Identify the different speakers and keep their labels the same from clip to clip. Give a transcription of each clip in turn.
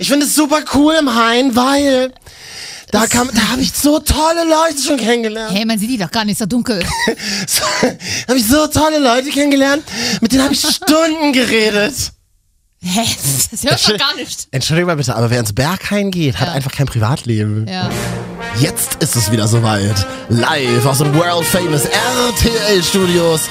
Speaker 1: Ich finde es super cool im Hain, weil da, kam- da habe ich so tolle Leute schon kennengelernt.
Speaker 2: Hey, man sieht die doch gar nicht, ist doch dunkel.
Speaker 1: So, habe ich so tolle Leute kennengelernt, mit denen habe ich Stunden geredet.
Speaker 2: Hä? Das hört doch gar nicht.
Speaker 1: Entschuldigung mal bitte, aber wer ins Berghain geht, hat einfach kein Privatleben.
Speaker 2: Ja.
Speaker 1: Jetzt ist es wieder soweit. Live aus dem World Famous RTL Studios.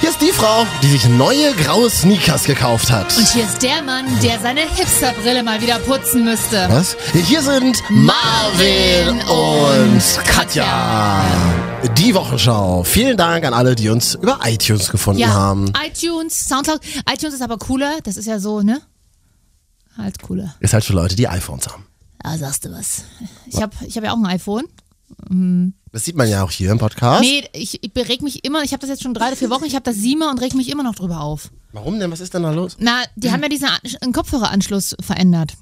Speaker 1: Hier ist die Frau, die sich neue graue Sneakers gekauft hat.
Speaker 2: Und hier ist der Mann, der seine Hipsterbrille mal wieder putzen müsste.
Speaker 1: Was? Hier sind Marvin und Katja. Die Wochenschau. Vielen Dank an alle, die uns über iTunes gefunden
Speaker 2: Ja,
Speaker 1: haben.
Speaker 2: iTunes, Soundcloud. iTunes ist aber cooler, das ist ja so, ne? Halt cooler.
Speaker 1: Ist halt für Leute, die iPhones haben.
Speaker 2: Da sagst du was. Ich habe ich hab ja auch ein iPhone.
Speaker 1: Das sieht man ja auch hier im Podcast.
Speaker 2: Nee, ich, ich reg mich immer, ich habe das jetzt schon drei oder vier Wochen, ich habe das Siemer und reg mich immer noch drüber auf.
Speaker 1: Warum denn? Was ist denn da los?
Speaker 2: Na, die haben ja diesen An- Kopfhöreranschluss verändert.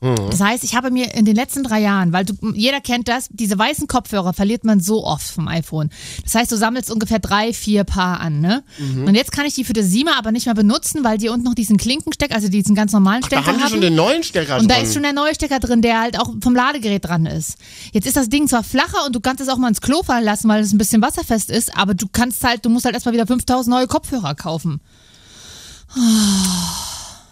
Speaker 1: Mhm.
Speaker 2: Das heißt, ich habe mir in den letzten drei Jahren, weil du, jeder kennt das, diese weißen Kopfhörer verliert man so oft vom iPhone. Das heißt, du sammelst ungefähr drei, vier Paar an, ne?
Speaker 1: Mhm.
Speaker 2: Und jetzt kann ich die für das Sima aber nicht mehr benutzen, weil die unten noch diesen Klinkensteck, also diesen ganz normalen Stecker
Speaker 1: Da haben die
Speaker 2: hatten.
Speaker 1: schon den neuen Stecker
Speaker 2: Und da
Speaker 1: dran.
Speaker 2: ist schon der neue Stecker drin, der halt auch vom Ladegerät dran ist. Jetzt ist das Ding zwar flacher und du kannst es auch mal ins Klo fallen lassen, weil es ein bisschen wasserfest ist, aber du kannst halt, du musst halt erstmal wieder 5000 neue Kopfhörer kaufen.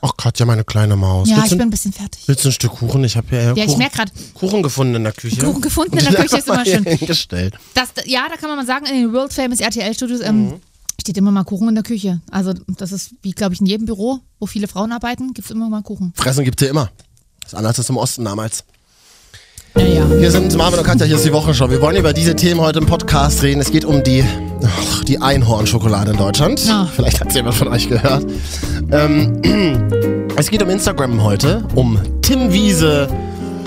Speaker 1: Ach Katja, meine kleine Maus.
Speaker 2: Ja,
Speaker 1: willst,
Speaker 2: ich
Speaker 1: du,
Speaker 2: bin ein bisschen fertig.
Speaker 1: willst du ein Stück Kuchen? Ich habe ja,
Speaker 2: Ja, ich
Speaker 1: Kuchen,
Speaker 2: merk grad.
Speaker 1: Kuchen gefunden in der Küche.
Speaker 2: Kuchen gefunden in der Küche ist immer schön.
Speaker 1: Hingestellt.
Speaker 2: Das, ja, da kann man mal sagen, in den World Famous RTL Studios ähm,
Speaker 1: Mhm.
Speaker 2: steht immer mal Kuchen in der Küche. Also das ist, wie glaube ich, in jedem Büro, wo viele Frauen arbeiten, gibt es immer mal Kuchen.
Speaker 1: Fressen gibt's hier immer. Das ist anders als im Osten damals.
Speaker 2: Naja.
Speaker 1: Hier sind Marvin und Katja, hier ist die Wochenschau. Wir wollen über diese Themen heute im Podcast reden. Es geht um die, ach, die Einhornschokolade in Deutschland.
Speaker 2: Ah.
Speaker 1: Vielleicht hat es jemand von euch gehört. Ähm, es geht um Instagram heute, um Tim Wiese,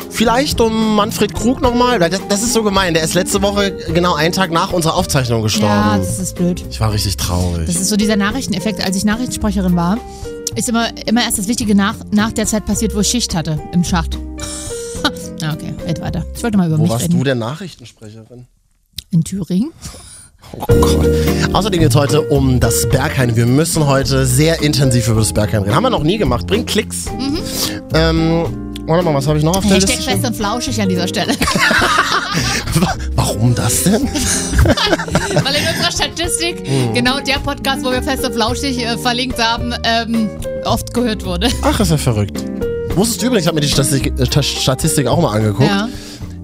Speaker 1: vielleicht um Manfred Krug nochmal. Das, das ist so gemein. Der ist letzte Woche genau einen Tag nach unserer Aufzeichnung
Speaker 2: Ja,
Speaker 1: gestorben.
Speaker 2: das ist blöd.
Speaker 1: ich war richtig traurig.
Speaker 2: Das ist so dieser Nachrichteneffekt, als ich Nachrichtensprecherin war, ist immer, immer erst das Wichtige nach, nach der Zeit passiert, wo ich Schicht hatte, im Schacht. Na okay, red weiter. Ich wollte mal über
Speaker 1: Wo
Speaker 2: mich
Speaker 1: warst
Speaker 2: reden.
Speaker 1: du denn Nachrichtensprecherin?
Speaker 2: In Thüringen?
Speaker 1: Oh Gott. Außerdem geht es heute um das Berghain. Wir müssen heute sehr intensiv über das Berghain reden. Haben wir noch nie gemacht. Bringt Klicks. Ähm, warte mal, was habe ich noch auf der
Speaker 2: Hashtag
Speaker 1: Liste?
Speaker 2: fest und flauschig an dieser Stelle.
Speaker 1: Wa- Warum das denn?
Speaker 2: Weil in unserer Statistik
Speaker 1: Mhm.
Speaker 2: genau der Podcast, wo wir fest und flauschig äh, verlinkt haben, ähm, oft gehört wurde.
Speaker 1: Ach, ist ja verrückt. Wusstest du übrigens, ich habe mir die Statistik, äh, Ta- Statistik auch mal angeguckt.
Speaker 2: Ja.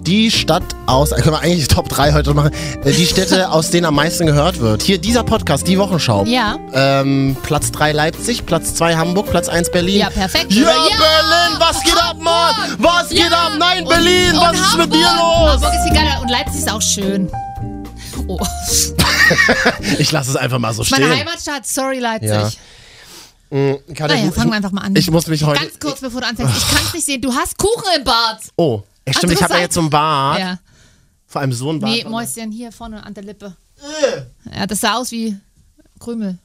Speaker 1: Die Stadt aus, äh, können wir eigentlich Top 3 heute machen, Äh, die Städte, aus denen am meisten gehört wird. Hier dieser Podcast, die Wochenschau.
Speaker 2: Ja.
Speaker 1: Ähm, Platz 3 Leipzig, Platz 2 Hamburg, Platz 1 Berlin.
Speaker 2: Ja, perfekt,
Speaker 1: Ja,
Speaker 2: oder? Ja!
Speaker 1: Berlin, was geht ab, Mann? Was geht ab? Nein, Berlin,
Speaker 2: Und
Speaker 1: was ist mit dir los?
Speaker 2: Hamburg Also- ist egal und Leipzig ist auch schön. Oh.
Speaker 1: Ich lasse es einfach mal so
Speaker 2: Meine
Speaker 1: stehen.
Speaker 2: Heimatstadt, sorry Leipzig.
Speaker 1: Ja. Katja,
Speaker 2: Naja,
Speaker 1: ich-
Speaker 2: fangen wir einfach mal an.
Speaker 1: Ich muss mich heute...
Speaker 2: Ganz kurz, bevor du anfängst, ich kann es nicht sehen. Du hast Kuchen im Bart.
Speaker 1: Oh, ja, stimmt, ich habe ja
Speaker 2: Seite.
Speaker 1: jetzt so einen Bart.
Speaker 2: Ja.
Speaker 1: Vor allem so einen Bart. Äh.
Speaker 2: Nee, Mäuschen hier vorne an der Lippe. Ja, das sah aus wie Krümel.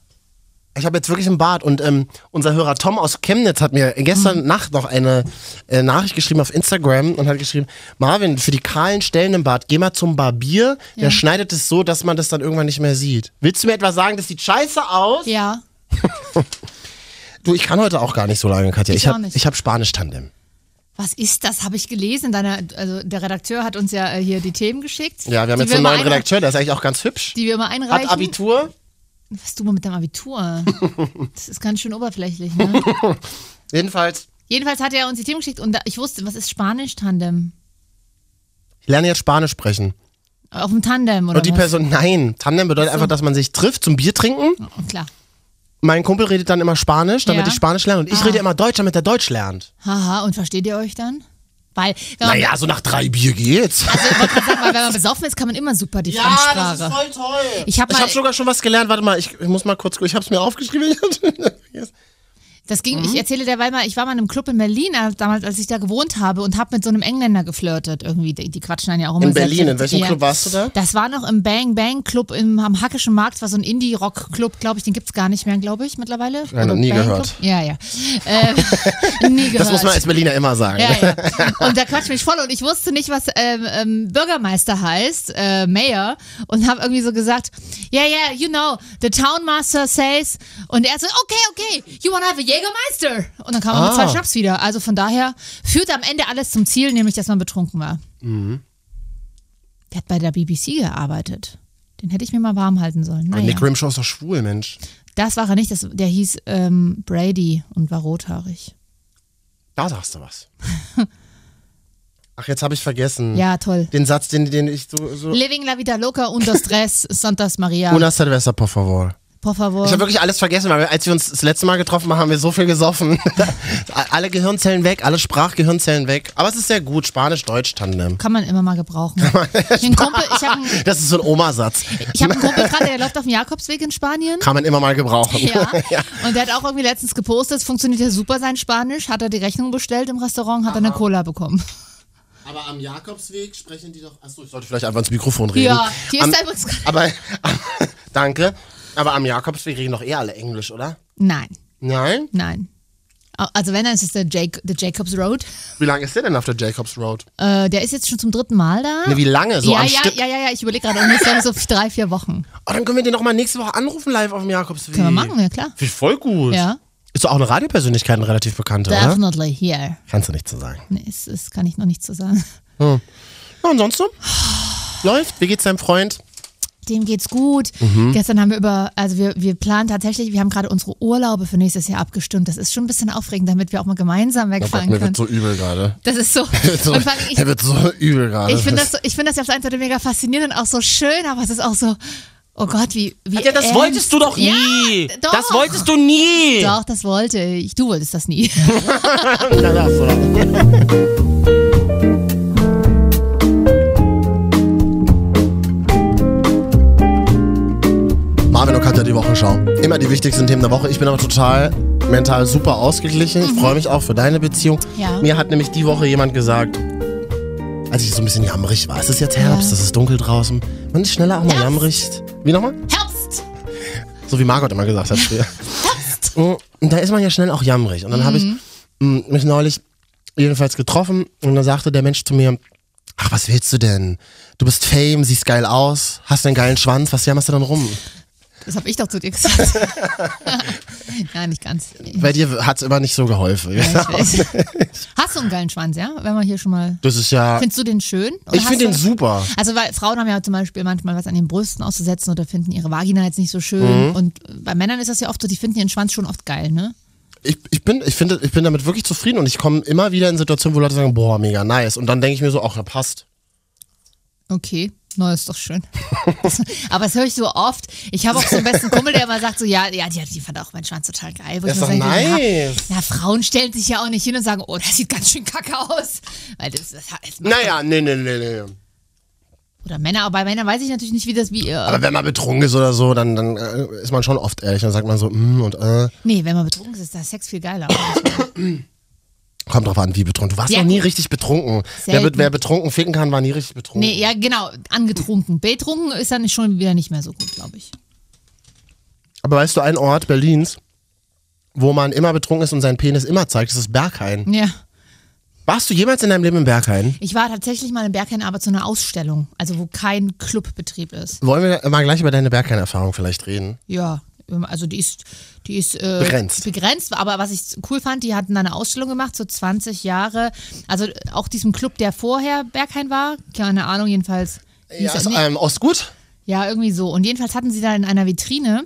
Speaker 1: Ich habe jetzt wirklich einen Bart und ähm, unser Hörer Tom aus Chemnitz hat mir gestern
Speaker 2: Hm.
Speaker 1: Nacht noch eine äh, Nachricht geschrieben auf Instagram und hat geschrieben, Marvin, für die kahlen Stellen im Bart, geh mal zum Barbier, der schneidet es so, dass man das dann irgendwann nicht mehr sieht. Willst du mir etwas sagen, das sieht scheiße aus?
Speaker 2: Ja.
Speaker 1: Du, ich kann heute auch gar nicht so lange, Katja. Ich,
Speaker 2: Ich auch
Speaker 1: habe
Speaker 2: nicht.
Speaker 1: hab Spanisch-Tandem.
Speaker 2: Was ist das? Habe ich gelesen. Deiner, also der Redakteur hat uns ja äh, hier die Themen geschickt.
Speaker 1: Ja, wir haben
Speaker 2: die
Speaker 1: jetzt einen
Speaker 2: immer
Speaker 1: neuen
Speaker 2: ein-
Speaker 1: Redakteur, der ist eigentlich auch ganz hübsch.
Speaker 2: Die wir immer einreichen.
Speaker 1: Hat Abitur.
Speaker 2: Was du mal mit deinem Abitur? Das ist ganz schön oberflächlich, ne?
Speaker 1: Jedenfalls,
Speaker 2: Jedenfalls hat er uns die Themen geschickt und da, ich wusste, was ist Spanisch-Tandem?
Speaker 1: ich lerne jetzt Spanisch sprechen.
Speaker 2: Auf dem Tandem oder
Speaker 1: Und die
Speaker 2: was?
Speaker 1: Person, nein, Tandem bedeutet einfach, dass man sich trifft zum Bier trinken.
Speaker 2: Oh, klar.
Speaker 1: Mein Kumpel redet dann immer Spanisch, damit
Speaker 2: Ja. Ah.
Speaker 1: ich Spanisch lerne. Und ich rede immer Deutsch, damit er Deutsch lernt.
Speaker 2: Haha, und versteht ihr euch dann? Weil, wenn man,
Speaker 1: Naja, so nach drei Bier geht's.
Speaker 2: also, ich wollte gerade sagen, weil wenn man besoffen ist, kann man immer super die Fremdsprache.
Speaker 1: voll toll.
Speaker 2: Ich hab
Speaker 1: ich
Speaker 2: mal-
Speaker 1: hab sogar schon was gelernt. Warte mal, ich, ich muss mal kurz, ich hab's mir aufgeschrieben. Ich hab's wieder vergessen.
Speaker 2: Das ging,
Speaker 1: Mhm.
Speaker 2: ich erzähle derweil mal, ich war mal in einem Club in Berlin, als- damals, als ich da gewohnt habe und habe mit so einem Engländer geflirtet irgendwie. Die, die quatschen dann ja auch immer
Speaker 1: In
Speaker 2: sehr
Speaker 1: Berlin,
Speaker 2: viel.
Speaker 1: in welchem
Speaker 2: Ja.
Speaker 1: Club warst du da?
Speaker 2: Das war noch im Bang Bang Club im, am Hackischen Markt, das war so ein Indie-Rock-Club, glaube ich, den gibt's gar nicht mehr, glaube ich, mittlerweile.
Speaker 1: Ja, noch
Speaker 2: Oder
Speaker 1: nie
Speaker 2: Bang
Speaker 1: gehört.
Speaker 2: Club. Ja, ja. Äh, nie gehört.
Speaker 1: das muss man als Berliner immer sagen. ne?
Speaker 2: Ja, ja. Und da quatscht mich voll und ich wusste nicht, was ähm, ähm, Bürgermeister heißt, äh, Mayor, und habe irgendwie so gesagt, yeah, yeah, you know, the town master says, und er so, okay, okay, you wanna have a yeah, Jägermeister! Und dann kam man mit
Speaker 1: Ah.
Speaker 2: zwei Schnaps wieder. Also von daher führte am Ende alles zum Ziel, nämlich, dass man betrunken war.
Speaker 1: Mhm.
Speaker 2: Der hat bei der BBC gearbeitet. Den hätte ich mir mal warm halten sollen.
Speaker 1: Aber
Speaker 2: Naja.
Speaker 1: Nick Rimshaw ist doch schwul, Mensch.
Speaker 2: Das war er nicht, das, der hieß ähm, Brady und war rothaarig.
Speaker 1: Da sagst du was. Ach, jetzt habe ich vergessen.
Speaker 2: Ja, toll.
Speaker 1: Den Satz, den, den ich so. so
Speaker 2: Living la vida loca unter Stress, Santas Maria.
Speaker 1: Una cerveza, por favor.
Speaker 2: Por favor.
Speaker 1: Ich habe wirklich alles vergessen, weil wir, als wir uns das letzte Mal getroffen haben, haben wir so viel gesoffen. alle Gehirnzellen weg, alle Sprachgehirnzellen weg. Aber es ist sehr gut, Spanisch-Deutsch-Tandem.
Speaker 2: Kann man immer mal gebrauchen. Den Kumpel, ich habe einen,
Speaker 1: Das ist so ein Oma-Satz.
Speaker 2: ich hab einen Kumpel gerade, der läuft auf dem Jakobsweg in Spanien.
Speaker 1: Kann man immer mal gebrauchen.
Speaker 2: Ja. Und der hat auch irgendwie letztens gepostet, es funktioniert ja super sein Spanisch, hat er die Rechnung bestellt im Restaurant, hat er eine Cola bekommen.
Speaker 1: Aber am Jakobsweg sprechen die doch. Achso, ich sollte vielleicht einfach ins Mikrofon reden.
Speaker 2: Ja, hier ist
Speaker 1: am,
Speaker 2: da übrigens gerade-
Speaker 1: Aber. danke. Aber am Jakobsweg reden doch eh alle Englisch, oder?
Speaker 2: Nein,
Speaker 1: Nein?
Speaker 2: nein. Also wenn, dann ist es der, Jake, der Jacobs Road.
Speaker 1: Wie lange ist der denn auf der Jacobs Road?
Speaker 2: Äh, der ist jetzt schon zum dritten Mal da.
Speaker 1: Ne, wie lange? So
Speaker 2: ja,
Speaker 1: am
Speaker 2: ja,
Speaker 1: Stück?
Speaker 2: ja, ja, ja, ich überlege gerade, und ich glaube so drei, vier Wochen.
Speaker 1: Oh, dann können wir den noch mal nächste Woche anrufen live auf dem Jakobsweg.
Speaker 2: Können wir machen, ja klar.
Speaker 1: Finde ich voll gut.
Speaker 2: Ja.
Speaker 1: Ist doch auch eine Radiopersönlichkeit, eine relativ bekannte, oder?
Speaker 2: Definitely here.
Speaker 1: Kannst du nicht zu so sagen.
Speaker 2: Nee, das, das kann ich noch nicht so sagen.
Speaker 1: Ja, ansonsten? Läuft? Wie geht's deinem Freund?
Speaker 2: Dem geht's gut.
Speaker 3: Mhm.
Speaker 2: Gestern haben wir über, also wir, wir planen tatsächlich, wir haben gerade unsere Urlaube für nächstes Jahr abgestimmt. Das ist schon ein bisschen aufregend, damit wir auch mal gemeinsam wegfahren können.
Speaker 1: so übel gerade.
Speaker 2: das ist so. und vor allem ich,
Speaker 1: Er wird so übel gerade.
Speaker 2: ich finde das, so, ich finde das ja auf der einen Seite mega faszinierend und auch so schön, aber es ist auch so, oh Gott, wie. wie
Speaker 3: Ja, das
Speaker 2: ernst.
Speaker 3: wolltest du doch
Speaker 2: Ja,
Speaker 3: nie.
Speaker 2: doch.
Speaker 3: Das wolltest du nie.
Speaker 2: Doch, das wollte ich. Du wolltest das nie.
Speaker 1: Ja, das, oder? Marvin und Katja, die Wochenschau. Immer die wichtigsten Themen der Woche. Ich bin aber total mental super ausgeglichen. Ich freue mich auch für deine Beziehung.
Speaker 2: Mhm. Ja.
Speaker 1: Mir hat nämlich die Woche jemand gesagt, als ich so ein bisschen jammerig war, es ist jetzt Herbst,
Speaker 2: Ja.
Speaker 1: es ist dunkel draußen. Man ist schneller auch mal
Speaker 2: Herbst.
Speaker 1: jammerig. Wie nochmal?
Speaker 2: Herbst!
Speaker 1: So wie Margot immer gesagt hat früher. Mm, Und da ist man ja schnell auch jammrig. Und dann habe ich mm, mich neulich jedenfalls getroffen und dann sagte der Mensch zu mir, ach, was willst du denn? Du bist Fame, siehst geil aus, hast einen geilen Schwanz, was jammerst du denn rum?
Speaker 2: Das habe ich doch zu dir gesagt. Nein, nicht ganz.
Speaker 1: Bei dir hat's immer nicht so geholfen.
Speaker 2: Ja, ich weiß. Hast du einen geilen Schwanz, ja? Wenn wir hier schon mal.
Speaker 1: Das ist ja,
Speaker 2: Findest du den schön? Oder
Speaker 1: ich
Speaker 2: hast
Speaker 1: finde
Speaker 2: du-
Speaker 1: den super.
Speaker 2: Also, weil Frauen haben ja zum Beispiel manchmal was an den Brüsten auszusetzen oder finden ihre Vagina jetzt nicht so schön.
Speaker 1: Mhm.
Speaker 2: Und bei Männern ist das ja oft so, die finden ihren Schwanz schon oft geil, ne?
Speaker 1: Ich, ich, bin, ich, finde, ich bin damit wirklich zufrieden und ich komme immer wieder in Situationen, wo Leute sagen, boah, mega nice. Und dann denke ich mir so, ach, da passt.
Speaker 2: Okay. Na, ist doch schön. Aber das höre ich so oft. Ich habe auch so einen besten Kumpel, der immer sagt so, ja, ja, die, hat- die fand auch meinen Schwanz total geil. Wo ich
Speaker 1: Ist doch
Speaker 2: mir so denke,
Speaker 1: nice.
Speaker 2: Ja, na, Frauen stellen sich ja auch nicht hin und sagen, oh, das sieht ganz schön kacke aus. Weil das, das, das
Speaker 1: Naja, nee, nee, nee, nee.
Speaker 2: Oder Männer, aber bei Männern weiß ich natürlich nicht, wie das wie. Äh,
Speaker 1: Aber wenn man betrunken ist oder so, dann, dann äh, ist man schon oft ehrlich. Dann sagt man so, mm und äh.
Speaker 2: nee, wenn man betrunken ist, ist der Sex viel geiler.
Speaker 1: Oh. Kommt drauf an, wie betrunken. Du warst
Speaker 2: Ja.
Speaker 1: noch nie richtig betrunken. Wer,
Speaker 2: Selten.
Speaker 1: be- wer betrunken ficken kann, war nie richtig betrunken.
Speaker 2: nee, ja, genau, angetrunken. Betrunken ist dann schon wieder nicht mehr so gut, glaube ich.
Speaker 1: Aber weißt du, ein Ort Berlins, wo man immer betrunken ist und seinen Penis immer zeigt, das ist Berghain.
Speaker 2: Ja.
Speaker 1: Warst du jemals in deinem Leben in Berghain?
Speaker 2: Ich war tatsächlich mal im Berghain, aber zu einer Ausstellung, also wo kein Clubbetrieb ist.
Speaker 1: Wollen wir mal gleich über deine Berghain-Erfahrung vielleicht reden?
Speaker 2: Ja, ähm, also die ist, die ist äh,
Speaker 1: Begrenzt.
Speaker 2: begrenzt. Aber was ich cool fand, die hatten da eine Ausstellung gemacht, so 20 Jahre. Also auch diesem Club, der vorher Berghain war, keine Ahnung, jedenfalls.
Speaker 1: Ja,
Speaker 2: hieß er-
Speaker 1: ist
Speaker 2: nee,
Speaker 1: ähm, Ostgut?
Speaker 2: Ja, irgendwie so. Und jedenfalls hatten sie da in einer Vitrine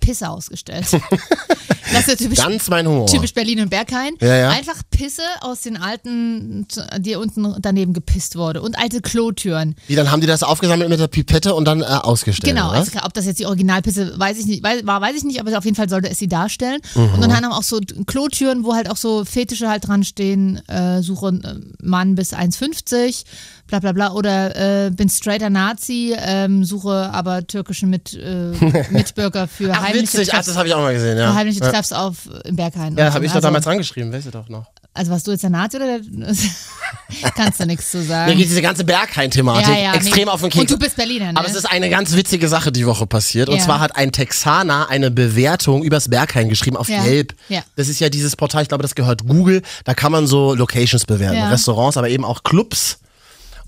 Speaker 2: Pisse ausgestellt. das ist ja typisch,
Speaker 1: Ganz mein Humor.
Speaker 2: typisch Berlin und Berghain.
Speaker 1: Oh. Ja, ja.
Speaker 2: Einfach Pisse aus den alten, die unten daneben gepisst wurde. Und alte Klotüren.
Speaker 1: Wie, dann haben die das aufgesammelt mit der Pipette und dann äh, ausgestellt.
Speaker 2: Genau,
Speaker 1: oder?
Speaker 2: also, ob das jetzt die Originalpisse, weiß ich nicht, weiß, war, weiß ich nicht, aber auf jeden Fall sollte es sie darstellen.
Speaker 1: Mhm.
Speaker 2: Und dann haben auch so Klotüren, wo halt auch so Fetische halt dran stehen, äh, suche einen Mann bis 1,50, bla bla bla, oder äh, bin straighter Nazi, ähm, suche aber türkischen Mit, äh, Mitbürger für
Speaker 1: Ach,
Speaker 2: heimliche
Speaker 1: witzig. Ach,
Speaker 2: Treffs,
Speaker 1: das habe ich auch mal gesehen,
Speaker 2: für
Speaker 1: ja.
Speaker 2: heimliche
Speaker 1: ja,
Speaker 2: Treffs auf äh, im Berghain.
Speaker 1: ja
Speaker 2: Und
Speaker 1: habe
Speaker 2: so.
Speaker 1: ich doch
Speaker 2: also,
Speaker 1: damals angeschrieben, weißt du doch noch.
Speaker 2: Also warst du jetzt der Nazi oder der, kannst du nichts zu
Speaker 1: Mir
Speaker 2: sagen?
Speaker 1: geht diese ganze Berghain-Thematik extrem
Speaker 2: mega.
Speaker 1: auf den Keks.
Speaker 2: Und du bist Berliner, ne?
Speaker 1: Aber es ist eine ganz witzige Sache die Woche passiert. Und
Speaker 2: Ja.
Speaker 1: zwar hat ein Texaner eine Bewertung übers Berghain geschrieben auf
Speaker 2: Ja.
Speaker 1: Yelp.
Speaker 2: Ja.
Speaker 1: Das ist ja dieses Portal, ich glaube, das gehört Google. Da kann man so Locations bewerten,
Speaker 2: Ja.
Speaker 1: Restaurants, aber eben auch Clubs.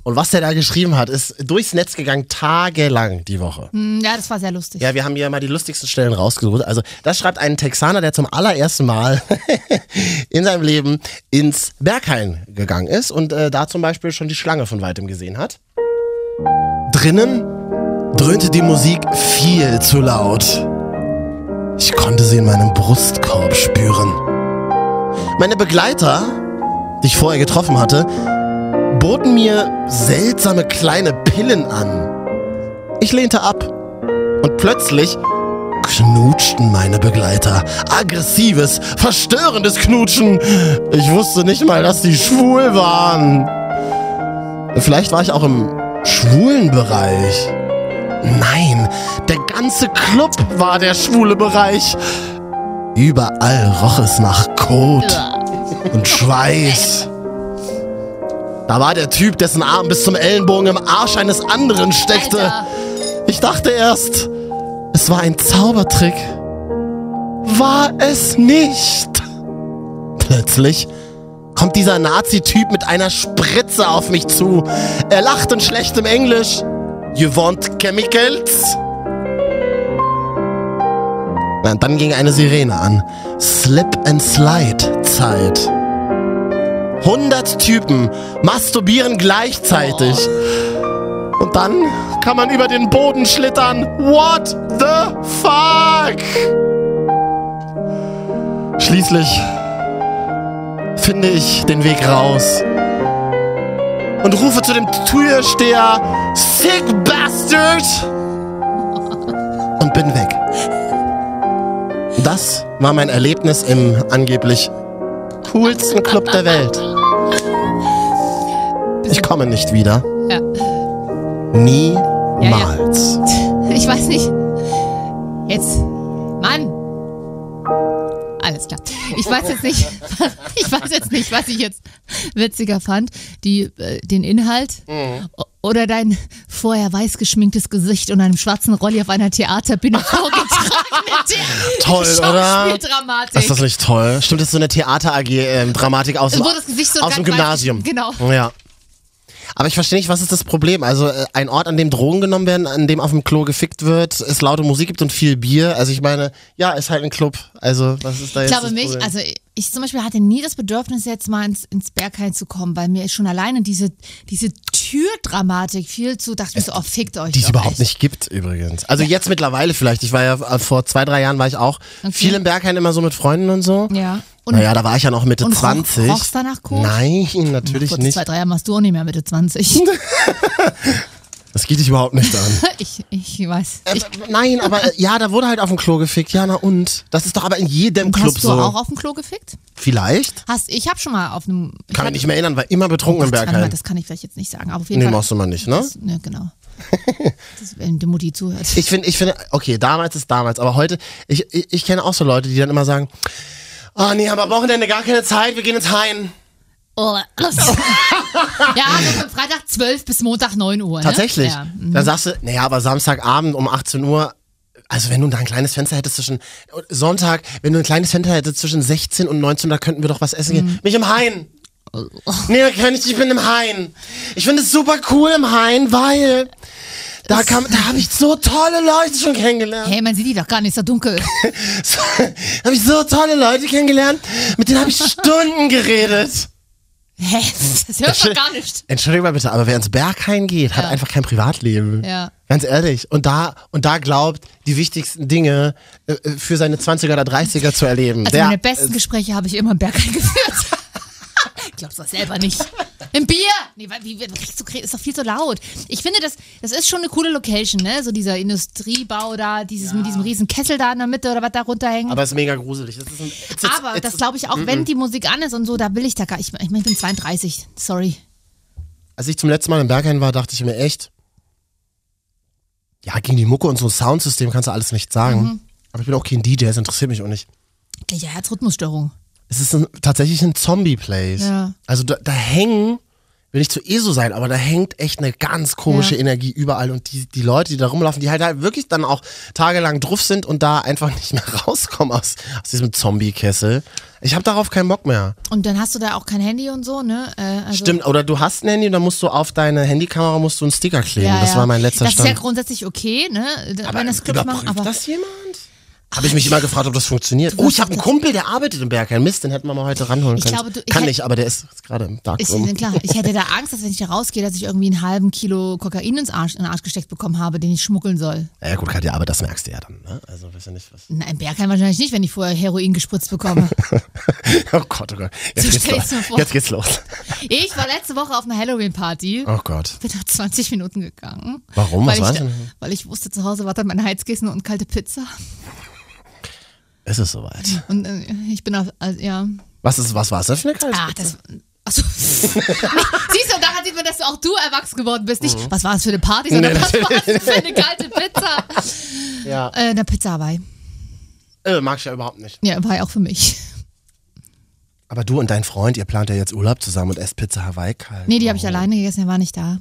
Speaker 1: Und was der da geschrieben hat, ist durchs Netz gegangen, tagelang die Woche.
Speaker 2: Hm, Ja, das war sehr lustig.
Speaker 1: Ja, wir haben hier mal die lustigsten Stellen rausgesucht. Also, das schreibt ein Texaner, der zum allerersten Mal in seinem Leben ins Berghain gegangen ist und äh, da zum Beispiel schon die Schlange von weitem gesehen hat. Drinnen dröhnte die Musik viel zu laut. Ich konnte sie in meinem Brustkorb spüren. Meine Begleiter, die ich vorher getroffen hatte, boten mir seltsame kleine Pillen an. Ich lehnte ab und plötzlich knutschten meine Begleiter. Aggressives, verstörendes Knutschen. Ich wusste nicht mal, dass die schwul waren. Vielleicht war ich auch im schwulen Bereich. Nein, der ganze Club war der schwule Bereich. Überall roch es nach Kot und Schweiß. Da war der Typ, dessen Arm bis zum Ellenbogen im Arsch eines anderen steckte.
Speaker 2: Alter.
Speaker 1: Ich dachte erst, es war ein Zaubertrick. War es nicht. Plötzlich kommt dieser Nazi-Typ mit einer Spritze auf mich zu. Er lacht in schlechtem Englisch. You want chemicals? Na, Und dann ging eine Sirene an. Slip and Slide Zeit. 100 Typen masturbieren gleichzeitig. Und dann kann man über den Boden schlittern. What the fuck? Schließlich finde ich den Weg raus und rufe zu dem Türsteher Sick Bastard und bin weg. Das war mein Erlebnis im angeblich coolsten Club der Welt. Ich komme nicht wieder.
Speaker 2: Ja.
Speaker 1: Niemals.
Speaker 2: Ich weiß nicht. Jetzt. Mann! Alles klar. Ich weiß jetzt nicht, ich weiß jetzt nicht, was ich jetzt witziger fand. Die, äh, den Inhalt
Speaker 1: Mhm.
Speaker 2: o- oder dein vorher weiß geschminktes Gesicht und einem schwarzen Rolli auf einer Theaterbühne vorgetragene The-
Speaker 1: Toll, oder?
Speaker 2: Schauspieldramatik.
Speaker 1: Ist das nicht toll? Stimmt, das ist so eine Theater-AG-Dramatik aus, dem-
Speaker 2: Wo das Gesicht so
Speaker 1: aus dem
Speaker 2: ganz
Speaker 1: Gymnasium.
Speaker 2: weiß- genau.
Speaker 1: Ja. Aber ich verstehe nicht, was ist das Problem? Also äh, ein Ort, an dem Drogen genommen werden, an dem auf dem Klo gefickt wird, es laute Musik gibt und viel Bier. Also ich meine, ja, ist halt ein Club. Also was ist da jetzt
Speaker 2: Ich glaube
Speaker 1: das
Speaker 2: mich,
Speaker 1: Problem?
Speaker 2: also ich zum Beispiel hatte nie das Bedürfnis, jetzt mal ins, ins Berghain zu kommen, weil mir schon alleine diese, diese Türdramatik viel zu, dachte ich mir so, oh, fickt euch.
Speaker 1: Äh, die es
Speaker 2: doch
Speaker 1: überhaupt
Speaker 2: echt.
Speaker 1: nicht gibt übrigens. Also jetzt mittlerweile vielleicht. Ich war ja äh, vor zwei, drei Jahren war ich auch viel im Berghain immer so mit Freunden und so.
Speaker 2: Ja. Und,
Speaker 1: naja, da war ich ja noch Mitte
Speaker 2: und roch-
Speaker 1: 20.
Speaker 2: roch's danach Kot?
Speaker 1: Nein, natürlich
Speaker 2: vor
Speaker 1: nicht.
Speaker 2: zwei, drei Jahren machst du auch nicht mehr Mitte 20.
Speaker 1: Das geht dich überhaupt nicht an.
Speaker 2: ich, ich weiß.
Speaker 1: Äh,
Speaker 2: Ich,
Speaker 1: Nein, aber äh, ja, da wurde halt auf dem Klo gefickt. Ja, na und? Das ist doch aber in jedem Club
Speaker 2: hast du
Speaker 1: so.
Speaker 2: auch auf dem Klo gefickt?
Speaker 1: Vielleicht?
Speaker 2: Hast, ich habe schon mal auf einem. ich
Speaker 1: Kann
Speaker 2: hatte- Oh
Speaker 1: mich nicht mehr erinnern, war immer betrunken im
Speaker 2: Gott, warte mal,
Speaker 1: Bergheim.
Speaker 2: das kann ich vielleicht jetzt nicht sagen. Aber auf jeden
Speaker 1: Nee,
Speaker 2: Fall.
Speaker 1: machst du mal nicht, ne?
Speaker 2: Das, ne, genau. das, wenn die Mutti zuhört.
Speaker 1: Ich finde, ich finde, okay, damals ist damals, aber heute, ich, ich, ich kenne auch so Leute, die dann immer sagen, ah nee, aber am Wochenende gar keine Zeit, wir gehen ins Hain.
Speaker 2: Oh, das- ja, also von Freitag 12 bis Montag 9 Uhr. Ne?
Speaker 1: Tatsächlich.
Speaker 2: Ja.
Speaker 1: Dann sagst du, naja, aber Samstagabend um 18 Uhr, also wenn du da ein kleines Fenster hättest zwischen Sonntag, wenn du ein kleines Fenster hättest zwischen 16 und 19, da könnten wir doch was essen
Speaker 2: Mhm.
Speaker 1: gehen. Mich im Hain. Nee, da kann ich, ich bin im Hain. Ich finde es super cool im Hain, weil da, kam- da habe ich so tolle Leute schon kennengelernt.
Speaker 2: Hey, man sieht die doch gar nicht, ist doch dunkel.
Speaker 1: So, habe ich so tolle Leute kennengelernt, mit denen habe ich Stunden geredet.
Speaker 2: Hä? Das hört man gar nicht.
Speaker 1: Entschuldigung mal bitte, aber wer ins Berghain geht, hat einfach kein Privatleben.
Speaker 2: Ja.
Speaker 1: Ganz ehrlich. Und da, und da glaubt, die wichtigsten Dinge äh, äh, für seine 20er oder 30er zu erleben.
Speaker 2: Also
Speaker 1: Der-
Speaker 2: meine besten Gespräche habe ich immer im Berghain geführt. Glaubst du das selber nicht? Im Bier! Nee, weil, wie, wie, kriegst du, kriegst- ist doch viel zu laut. Ich finde, das, das ist schon eine coole Location, ne? So dieser Industriebau da, dieses mit diesem riesen Kessel da in der Mitte oder was da runterhängt.
Speaker 1: aber es ist mega gruselig. Das ist ein, it's, it's,
Speaker 2: Aber
Speaker 1: it's,
Speaker 2: das glaube ich auch, wenn die Musik an ist und so, da will ich da gar nicht. Ich, mein, ich bin 32, sorry.
Speaker 1: Als ich zum letzten Mal im Berghain war, dachte ich mir echt, ja, gegen die Mucke und so ein Soundsystem kannst du alles nicht sagen.
Speaker 2: Mhm.
Speaker 1: Aber ich bin auch kein DJ, es interessiert mich auch nicht.
Speaker 2: Ja, Herzrhythmusstörung.
Speaker 1: Es ist ein, tatsächlich ein Zombie-Place.
Speaker 2: Ja.
Speaker 1: Also da, da hängen will nicht zu ESO sein, aber da hängt echt eine ganz komische
Speaker 2: Ja.
Speaker 1: Energie überall und die, die Leute, die da rumlaufen, die halt, halt wirklich dann auch tagelang drauf sind und da einfach nicht mehr rauskommen aus, aus diesem Zombie-Kessel. Ich habe darauf keinen Bock mehr.
Speaker 2: Und dann hast du da auch kein Handy und so, ne? Äh, also,
Speaker 1: Stimmt, oder du hast ein Handy und dann musst du auf deine Handykamera musst du einen Sticker kleben.
Speaker 2: Ja,
Speaker 1: das
Speaker 2: ja.
Speaker 1: war mein letzter
Speaker 2: Das
Speaker 1: Stand.
Speaker 2: ist ja grundsätzlich okay, ne? d- wenn das Clubs machen,
Speaker 1: überprüft
Speaker 2: aber
Speaker 1: das jemand? Habe ich mich immer gefragt, ob das funktioniert. Oh, ich habe einen Kumpel, der arbeitet im Bergheim. Mist, den hätten wir mal heute ranholen
Speaker 2: Ich
Speaker 1: können.
Speaker 2: glaube, du- ich
Speaker 1: Kann
Speaker 2: hätt-
Speaker 1: nicht, aber der ist jetzt gerade im
Speaker 2: ich,
Speaker 1: Darkroom.
Speaker 2: klar, ich hätte da Angst, dass wenn ich da rausgehe, dass ich irgendwie einen halben Kilo Kokain ins Arsch, in den Arsch gesteckt bekommen habe, den ich schmuggeln soll.
Speaker 1: Ja gut, Katja, aber das merkst du ja dann. Ne? Also, weiß ja nicht was.
Speaker 2: Nein, Bergheim wahrscheinlich nicht, wenn ich vorher Heroin gespritzt bekomme.
Speaker 1: Oh Gott, oh Gott. Jetzt,
Speaker 2: So
Speaker 1: geht's los.
Speaker 2: stell's mir vor.
Speaker 1: jetzt geht's los.
Speaker 2: ich war letzte Woche auf einer Halloween-Party.
Speaker 1: Oh Gott.
Speaker 2: bin nach 20 Minuten gegangen.
Speaker 1: Warum? Was
Speaker 2: Weil,
Speaker 1: war's
Speaker 2: ich, da-
Speaker 1: denn?
Speaker 2: weil ich wusste, zu Hause wartet meine Heizkissen und kalte Pizza.
Speaker 1: Es ist soweit.
Speaker 2: Und äh, ich bin auf, also, ja.
Speaker 1: Was, ist, was war es denn für eine Kalte?
Speaker 2: Ah, das. Achso. Siehst du, daran sieht man, dass auch du erwachsen geworden bist. Nicht, was war es für eine Party, sondern
Speaker 1: Nee,
Speaker 2: was war es für eine kalte Pizza?
Speaker 1: Ja.
Speaker 2: Äh, eine Pizza Hawaii.
Speaker 1: Äh, mag ich ja überhaupt nicht.
Speaker 2: Ja, Hawaii auch für mich.
Speaker 1: Aber du und dein Freund, ihr plant ja jetzt Urlaub zusammen und esst Pizza Hawaii kalt.
Speaker 2: Nee, die habe ich alleine gegessen, der war nicht da.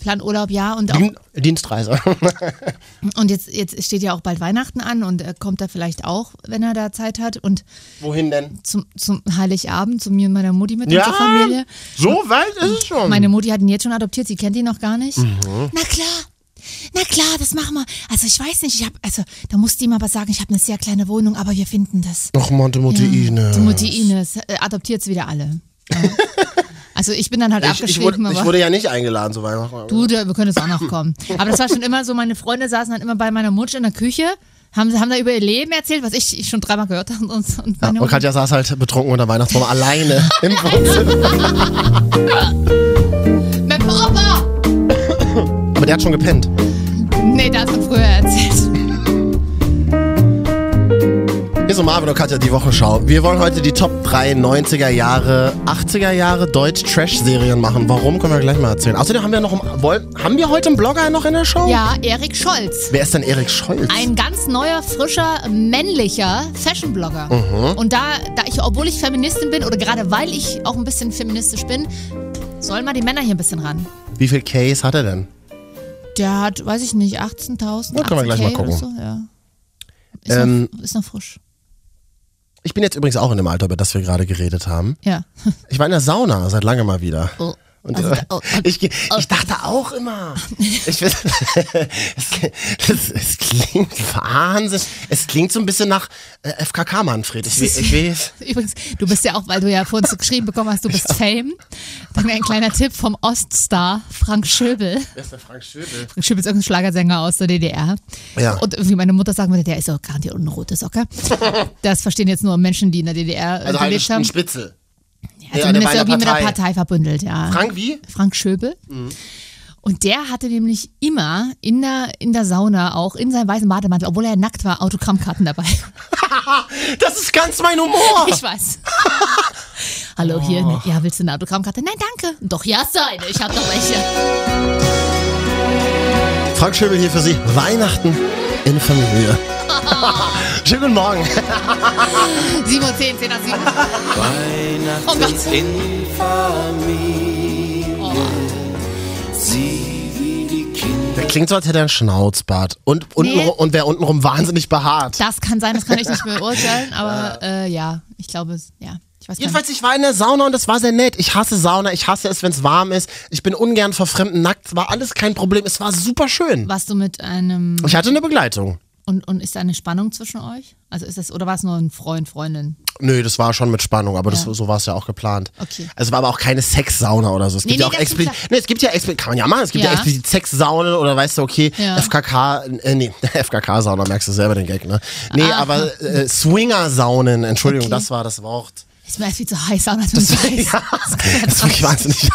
Speaker 2: Plan Urlaub, ja. Und, auch,
Speaker 1: Dien Dienstreise.
Speaker 2: und jetzt, jetzt steht ja auch bald Weihnachten an und äh, kommt da vielleicht auch, wenn er da Zeit hat. Und
Speaker 1: Wohin denn?
Speaker 2: zum, zum Heiligabend zu mir und meiner Mutti mit
Speaker 1: Ja.
Speaker 2: unserer Familie.
Speaker 1: So weit ist es schon.
Speaker 2: Meine Mutti hat ihn jetzt schon adoptiert, sie kennt ihn noch gar nicht.
Speaker 1: Mhm.
Speaker 2: Na klar. Na klar, das machen wir. Also ich weiß nicht, ich habe also da musste ihm aber sagen, ich habe eine sehr kleine Wohnung, aber wir finden das. Hm.
Speaker 1: Noch Montemutti Ines.
Speaker 2: Die Mutti Ines äh, adoptiert es wieder alle. Ja. also ich bin dann halt
Speaker 1: Ich, ich, wurde,
Speaker 2: abgeschrieben,
Speaker 1: ich
Speaker 2: aber
Speaker 1: wurde ja nicht eingeladen zu Weihnachten.
Speaker 2: du, da- wir können es auch noch kommen. Aber das war schon immer so, meine Freunde saßen dann immer bei meiner Mutter in der Küche, haben, haben da über ihr Leben erzählt, was ich, ich schon dreimal gehört habe. Und, und meine
Speaker 1: Und
Speaker 2: Mutter,
Speaker 1: Katja saß halt betrunken unter Weihnachtsbaum alleine im Wohnzimmer.
Speaker 2: mein Papa!
Speaker 1: Aber der hat schon gepennt.
Speaker 2: Nee, das hat früher erzählt.
Speaker 1: Hier ist um Marvin und Katja die Wochenschau. Wir wollen heute die Top 3 90er Jahre, 80er Jahre Deutsch-Trash-Serien machen. Warum, können wir gleich mal erzählen. Außerdem haben wir noch im, wollen, haben wir heute einen Blogger noch in der Show?
Speaker 2: Ja, Erik Scholz.
Speaker 1: Wer ist denn Erik Scholz?
Speaker 2: Ein ganz neuer, frischer, männlicher Fashion-Blogger.
Speaker 1: Mhm.
Speaker 2: Und da, da ich, obwohl ich Feministin bin oder gerade weil ich auch ein bisschen feministisch bin, sollen mal die Männer hier ein bisschen ran.
Speaker 1: Wie viel Case hat er denn?
Speaker 2: Der hat, weiß ich nicht, 18.000.
Speaker 1: Na, können wir gleich
Speaker 2: 18K
Speaker 1: mal gucken.
Speaker 2: oder So, ja. ist,
Speaker 1: Ähm,
Speaker 2: noch, ist noch frisch.
Speaker 1: Ich bin jetzt übrigens auch in dem Alter, über das wir gerade geredet haben.
Speaker 2: Ja.
Speaker 1: Ich war in der Sauna seit langem mal wieder.
Speaker 2: Oh.
Speaker 1: Und
Speaker 2: Also,
Speaker 1: äh,
Speaker 2: oh, oh,
Speaker 1: ich, ge- ich dachte auch immer. Ich, weiß- es, es, es klingt Wahnsinn. Es klingt so ein bisschen nach äh, FKK Manfred. Ich, we- ich weiß.
Speaker 2: Übrigens, du bist ja auch, weil du ja vorhin so geschrieben bekommen hast, du bist Fame. Dann ein kleiner Tipp vom Oststar Frank Schöbel.
Speaker 1: Wer ist der Frank Schöbel?
Speaker 2: Ich schiebe jetzt irgendeinen Schlagersänger aus der DDR.
Speaker 1: Ja.
Speaker 2: Und irgendwie meine Mutter sagen würde, der ist doch garantiert eine rote Socke. Das verstehen jetzt nur Menschen, die in der DDR
Speaker 1: Also halt
Speaker 2: äh, gelebt haben.
Speaker 1: ein Spitzel.
Speaker 2: Also
Speaker 1: ja, der war
Speaker 2: zumindest
Speaker 1: in der
Speaker 2: irgendwie mit der
Speaker 1: Partei.
Speaker 2: Partei verbündelt, ja.
Speaker 1: Frank Mhm. wie?
Speaker 2: Frank Schöbel. Und der hatte nämlich immer in der, in der Sauna auch in seinem weißen Bademantel, obwohl er nackt war, Autogrammkarten dabei.
Speaker 1: Das ist ganz mein Humor.
Speaker 2: Ich weiß. Hallo, hier.
Speaker 1: Oh.
Speaker 2: ne? Ja, willst du eine Autogrammkarte? Nein, danke. Doch, ja, seine. Ich habe doch welche.
Speaker 1: Frank Schöbel hier für Sie. Weihnachten in Familie. Schönen guten Morgen.
Speaker 2: 7 Uhr 10, 10 nach 7. Oh Gott.
Speaker 3: in Familie. Sieh, wie die Kinder
Speaker 1: Der klingt so, als hätte er einen Schnauzbart. Und, unten,
Speaker 2: Nee.
Speaker 1: und wäre untenrum wahnsinnig behaart.
Speaker 2: Das kann sein, das kann ich nicht beurteilen, aber äh, ja, ich glaube, es- ja. Ich weiß gar nicht.
Speaker 1: Jedenfalls, ich war in der Sauna und das war sehr nett. Ich hasse Sauna, ich hasse es, wenn es warm ist. Ich bin ungern vor Fremden nackt. Es War alles kein Problem. Es war super schön.
Speaker 2: Warst du mit einem.
Speaker 1: Ich hatte eine Begleitung.
Speaker 2: Und, und ist da eine Spannung zwischen euch? Also ist das, oder war es nur ein Freund, Freundin?
Speaker 1: Nö, das war schon mit Spannung, aber
Speaker 2: Ja.
Speaker 1: das, so war es ja auch geplant.
Speaker 2: Okay.
Speaker 1: Also es war aber auch keine Sexsauna oder so. Es gibt
Speaker 2: Nee,
Speaker 1: ja
Speaker 2: nee,
Speaker 1: auch
Speaker 2: das ist
Speaker 1: explizit.
Speaker 2: klar.
Speaker 1: Nee, es gibt ja explizit, kann man ja machen, es gibt ja,
Speaker 2: Ja.
Speaker 1: explizit Sexsaune oder weißt du, okay,
Speaker 2: Ja.
Speaker 1: FKK, äh, nee, FKK-Sauna, merkst du selber den Gag, ne? Nee, aber äh, Swinger-Saunen, Entschuldigung,
Speaker 2: Ah. Okay.
Speaker 1: das war das Wort.
Speaker 2: Ist mir erst viel zu heiß, Sauna ist mir zu heiß.
Speaker 1: Ja, das
Speaker 2: Das kann ja
Speaker 1: ist wirklich
Speaker 2: drauf.
Speaker 1: wahnsinnig.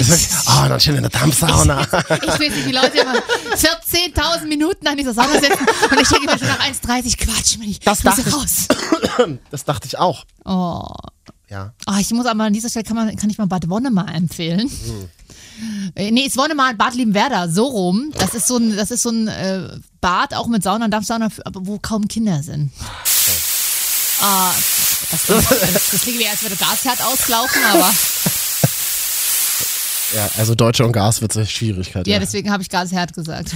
Speaker 1: Das ist wirklich, oh, dann schön in der Dampfsauna.
Speaker 2: Ich weiß nicht, wie Leute immer 14.000 Minuten an dieser Sauna sitzen und ich denke mir schon nach 1,30, Quatsch, bin ich
Speaker 1: Das
Speaker 2: muss
Speaker 1: dachte ich.
Speaker 2: raus.
Speaker 1: Das dachte ich auch.
Speaker 2: Oh.
Speaker 1: Ja.
Speaker 2: Ah, ich muss aber an dieser Stelle, kann, man, kann ich mal Bad Wonnemar empfehlen.
Speaker 1: Hm.
Speaker 2: Äh, Nee, es Wonnemar und Bad Liebenwerda, so rum. Das ist so ein, das ist so ein äh, Bad, auch mit Sauna und Dampfsauna, für- aber wo kaum Kinder
Speaker 1: Hm.
Speaker 2: sind. Ah, das, das, das klingt wie, als würde Gasherd auslaufen, aber
Speaker 1: Ja, also Deutsche und Gas wird eine Schwierigkeit.
Speaker 2: Ja,
Speaker 1: Ja,
Speaker 2: deswegen habe ich gerade Herd gesagt.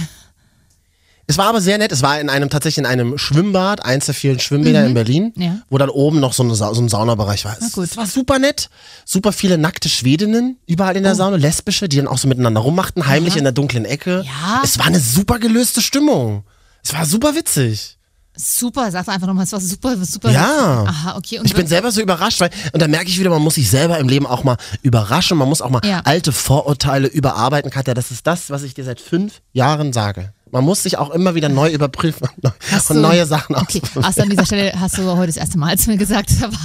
Speaker 1: Es war aber sehr nett. Es war in einem tatsächlich in einem Schwimmbad, eins der vielen Schwimmbäder in Berlin,
Speaker 2: Mhm. Ja.
Speaker 1: wo dann oben noch so, eine Sa so ein Saunabereich war. Es,
Speaker 2: gut.
Speaker 1: es war super nett. Super viele nackte Schwedinnen überall in
Speaker 2: Oh.
Speaker 1: der Sauna, lesbische, die dann auch so miteinander rummachten, heimlich in der dunklen Ecke.
Speaker 2: Ja.
Speaker 1: Es war eine super gelöste Stimmung. Es war super witzig.
Speaker 2: Super, sag doch einfach nochmal, es war super, super.
Speaker 1: Ja.
Speaker 2: Aha, okay. Und
Speaker 1: Ich bin selber so überrascht, weil, und da merke ich wieder, man muss sich selber im Leben auch mal überraschen, man muss auch mal
Speaker 2: Ja.
Speaker 1: alte Vorurteile überarbeiten. Katja, das ist das, was ich dir seit fünf Jahren sage. Man muss sich auch immer wieder neu überprüfen und neu-
Speaker 2: Hast
Speaker 1: und
Speaker 2: du-
Speaker 1: neue Sachen
Speaker 2: Okay,
Speaker 1: ausprobieren.
Speaker 2: also an dieser Stelle hast du heute das erste Mal zu mir gesagt. Aber,